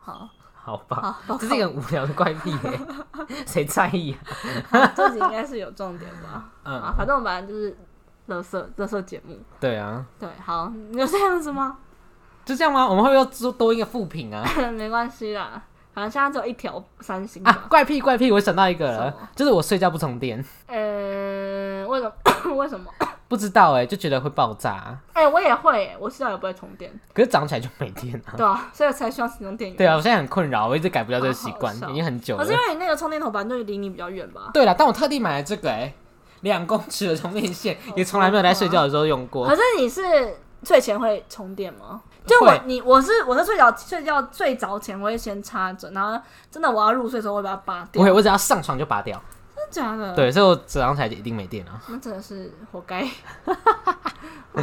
好，
好吧，
好
这是一个很无聊的怪癖
[LAUGHS]
耶、谁在意啊？
好这集应该是有重点吧？
嗯
啊，反正我们本来就是乐色乐色节目，
对啊，
对，好，你就这样子吗？ [LAUGHS]
就这样吗？我们会不会又多多一个副品啊？
没关系啦，反正现在只有一条三星
啊，
吧。
怪癖怪癖，我想到一个
什
了
么，
就是我睡觉不充电，
呃、为什么？ [COUGHS] 为什么？
不知道哎、就觉得会爆炸，
哎、我也会、我睡觉也不会充电，
可是早上起来就没电啊。
[LAUGHS] 对啊，所以才需要使用电源。
对啊，我现在很困扰，我一直改不掉这个习惯
啊好好，笑
已经很久
可
了
是。因为你那个充电头本来就离你比较远吧？
对了，但我特地买了这个哎、两公尺的充电线，也从来没有在睡觉的时候用过
可。是你是睡前会充电吗？就我
会
你我是我是睡觉睡觉最早前我会先插着，然后真的我要入睡的时候我会把它拔
不
掉。
会，
真
我只要上床就拔掉。
的假的？，
对，所以我早上起来就一定没电了
那真的是活
[LAUGHS]
该，好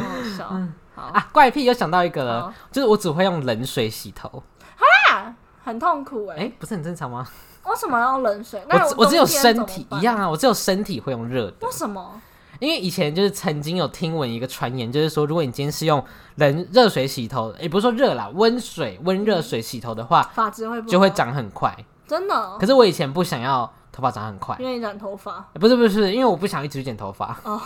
好笑。好
啊！怪癖又想到一个了
好，
就是我只会用冷水洗头。
啊，很痛苦哎、
哎、不是很正常吗？
为什么要用冷水？
我
那
只我只有
冬天
身体
怎么办
一样。啊，我只有身体会用热的。
为什么？
因为以前就是曾经有听闻一个传言，就是说，如果你今天是用冷热水洗头，也、不是说热啦，温水温
嗯
热水洗头的话，
发质会不好
就会，长很快。
真的
可，是我以前不想要头发长很快，
哦因为你染头发
不是不是，因为我不想一直去剪头发，
哦，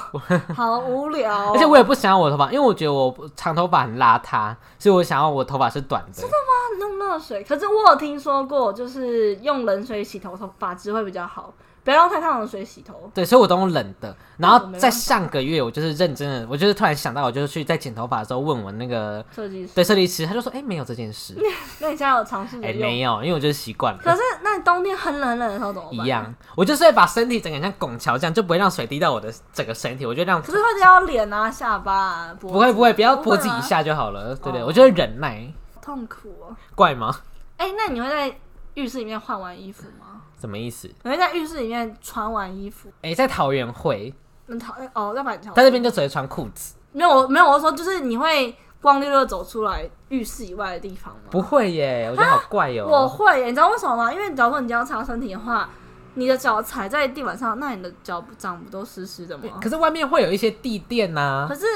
好无聊。
[LAUGHS] 而且我也不想要我的头发，因为我觉得我长头发很邋遢，所以我想要我头发是短的。
那用热水，可是我有听说过，就是用冷水洗头，头发质会比较好，不要用太烫的水洗头。
对，所以我都用冷的。然
我
后
没办
在
法
上个月，我就是认真的，我就是突然想到，我就是去在剪头发的时候问我那个
设计师，
对设计师，他就说：“哎、没有这
[LAUGHS]
件事。
那你现在有尝试着
哎、
用？
没有，因为我就是习惯了。
可是，那你冬天很冷很冷的时候怎么办？
一。样，我就是会把身体整个像拱桥这样，就不会让水滴到我的整个身体，我就让
可是会掉脸啊、下巴、啊、不
不会不会，不要脖子
吗
以下就好了，对对，
哦
我就会忍耐，
痛苦哦。
怪吗？
哎、那你会在浴室里面换完衣服吗？
什么意思？
你会在浴室里面穿完衣服？
哎、在桃园会，
那讨厌哦，在板桥
在这边就只会穿裤子，
没有，我没有，我说就是你会光溜溜走出来浴室以外的地方吗？
不会耶，我觉得好怪哦哟、
我会耶，你知道为什么吗？因为假如说你今天要擦身体的话，你的脚踩在地板上，那你的脚不长不都湿湿的吗？
可是外面会有一些地垫啊呐、
可是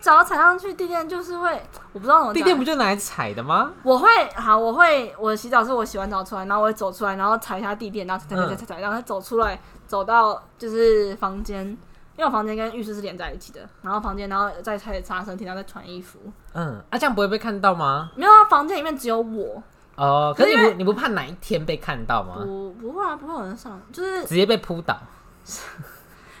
脚踩上去，地垫就是会，我不知道怎么讲
地垫不就拿来踩的吗？
我会好，我会我洗澡是我洗完澡出来，然后我会走出来，然后踩一下地垫，然后踩踩踩踩
嗯
踩，然后再走出来，走到就是房间，因为我房间跟浴室是连在一起的，然后房间，然后再开始擦身体，然后再穿衣服。
嗯，啊，这样不会被看到吗？
没有啊，房间里面只有我，
哦，可是你
可是因
不你不怕哪一天被看到吗？
不不会啊，不会有人上，就是
直接被扑倒，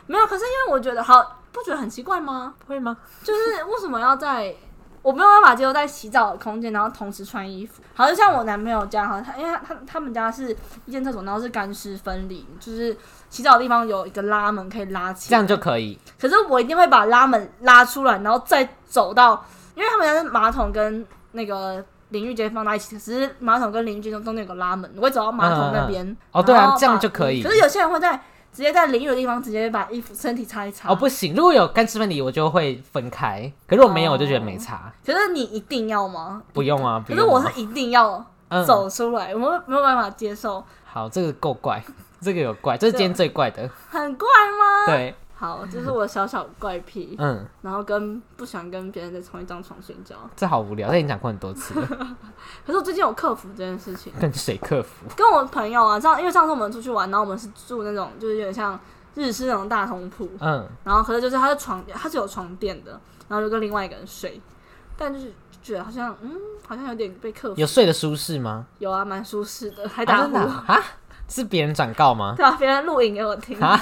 没有。可是因为我觉得好，不觉得很奇怪吗？
会吗？
就是为什么要在？我没有办法接受在洗澡的空间，然后同时穿衣服。好，就像我男朋友家，好像他因为他他他们家是一间厕所，然后是干湿分离，就是洗澡的地方有一个拉门可以拉起
这
来。
样就可以。
可是我一定会把拉门拉出来，然后再走到，因为他们家是马桶跟那个淋浴间放在一起，只是马桶跟淋浴间中中间有个拉门，我会走到马桶那边。
哦，对
然后
啊
把，嗯
这样就可以
可。是有些人会在直接在淋浴的地方直接把衣服身体擦一擦。
哦，不行，如果有干湿分离，我就会分开。可是我没有，
哦
我就觉得没差，
可是你一定要吗？
不用啊，不
可
用
是
啊。
我是一定要
嗯
走出来，我没有办法接受，
好，这个够怪， [LAUGHS] 这个有怪，这是今天最怪
[LAUGHS]
的。
很怪吗？
对，
好，这是我小小怪
[LAUGHS]
癖，
嗯，
然后跟不想跟别人在同一张床睡觉。
这好无聊，这已经讲过很多
[LAUGHS]
次了，
可是我最近有克服这件事情，
跟谁克服？
跟我朋友啊，上因为上次我们出去玩，然后我们是住那种就是有点像日式那种大通铺，
嗯，
然后可是就是它的床它是有床垫的，然后就跟另外一个人睡，但就是觉得好像嗯好像有点被克服，
有睡得舒适吗？
有啊蛮舒适的，还
还
打呼，
啊？是别人转告吗？
[LAUGHS] 对啊，别人录影给我
[LAUGHS]
听，
啊？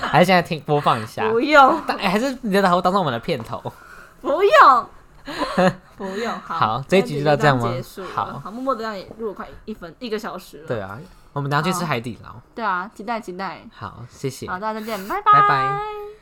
还是现在听播放一下？
不用。
但哎还是你的头当做我们的片头？
不用，不
[LAUGHS]
用。好，
好这一集就到这样吗
结束了
好
好，默默的让你录了快一分一个小时了。
对啊，我们等一下去吃
好
海底捞。
对啊，期待期待。
好，谢谢。
好，大家再见，
拜拜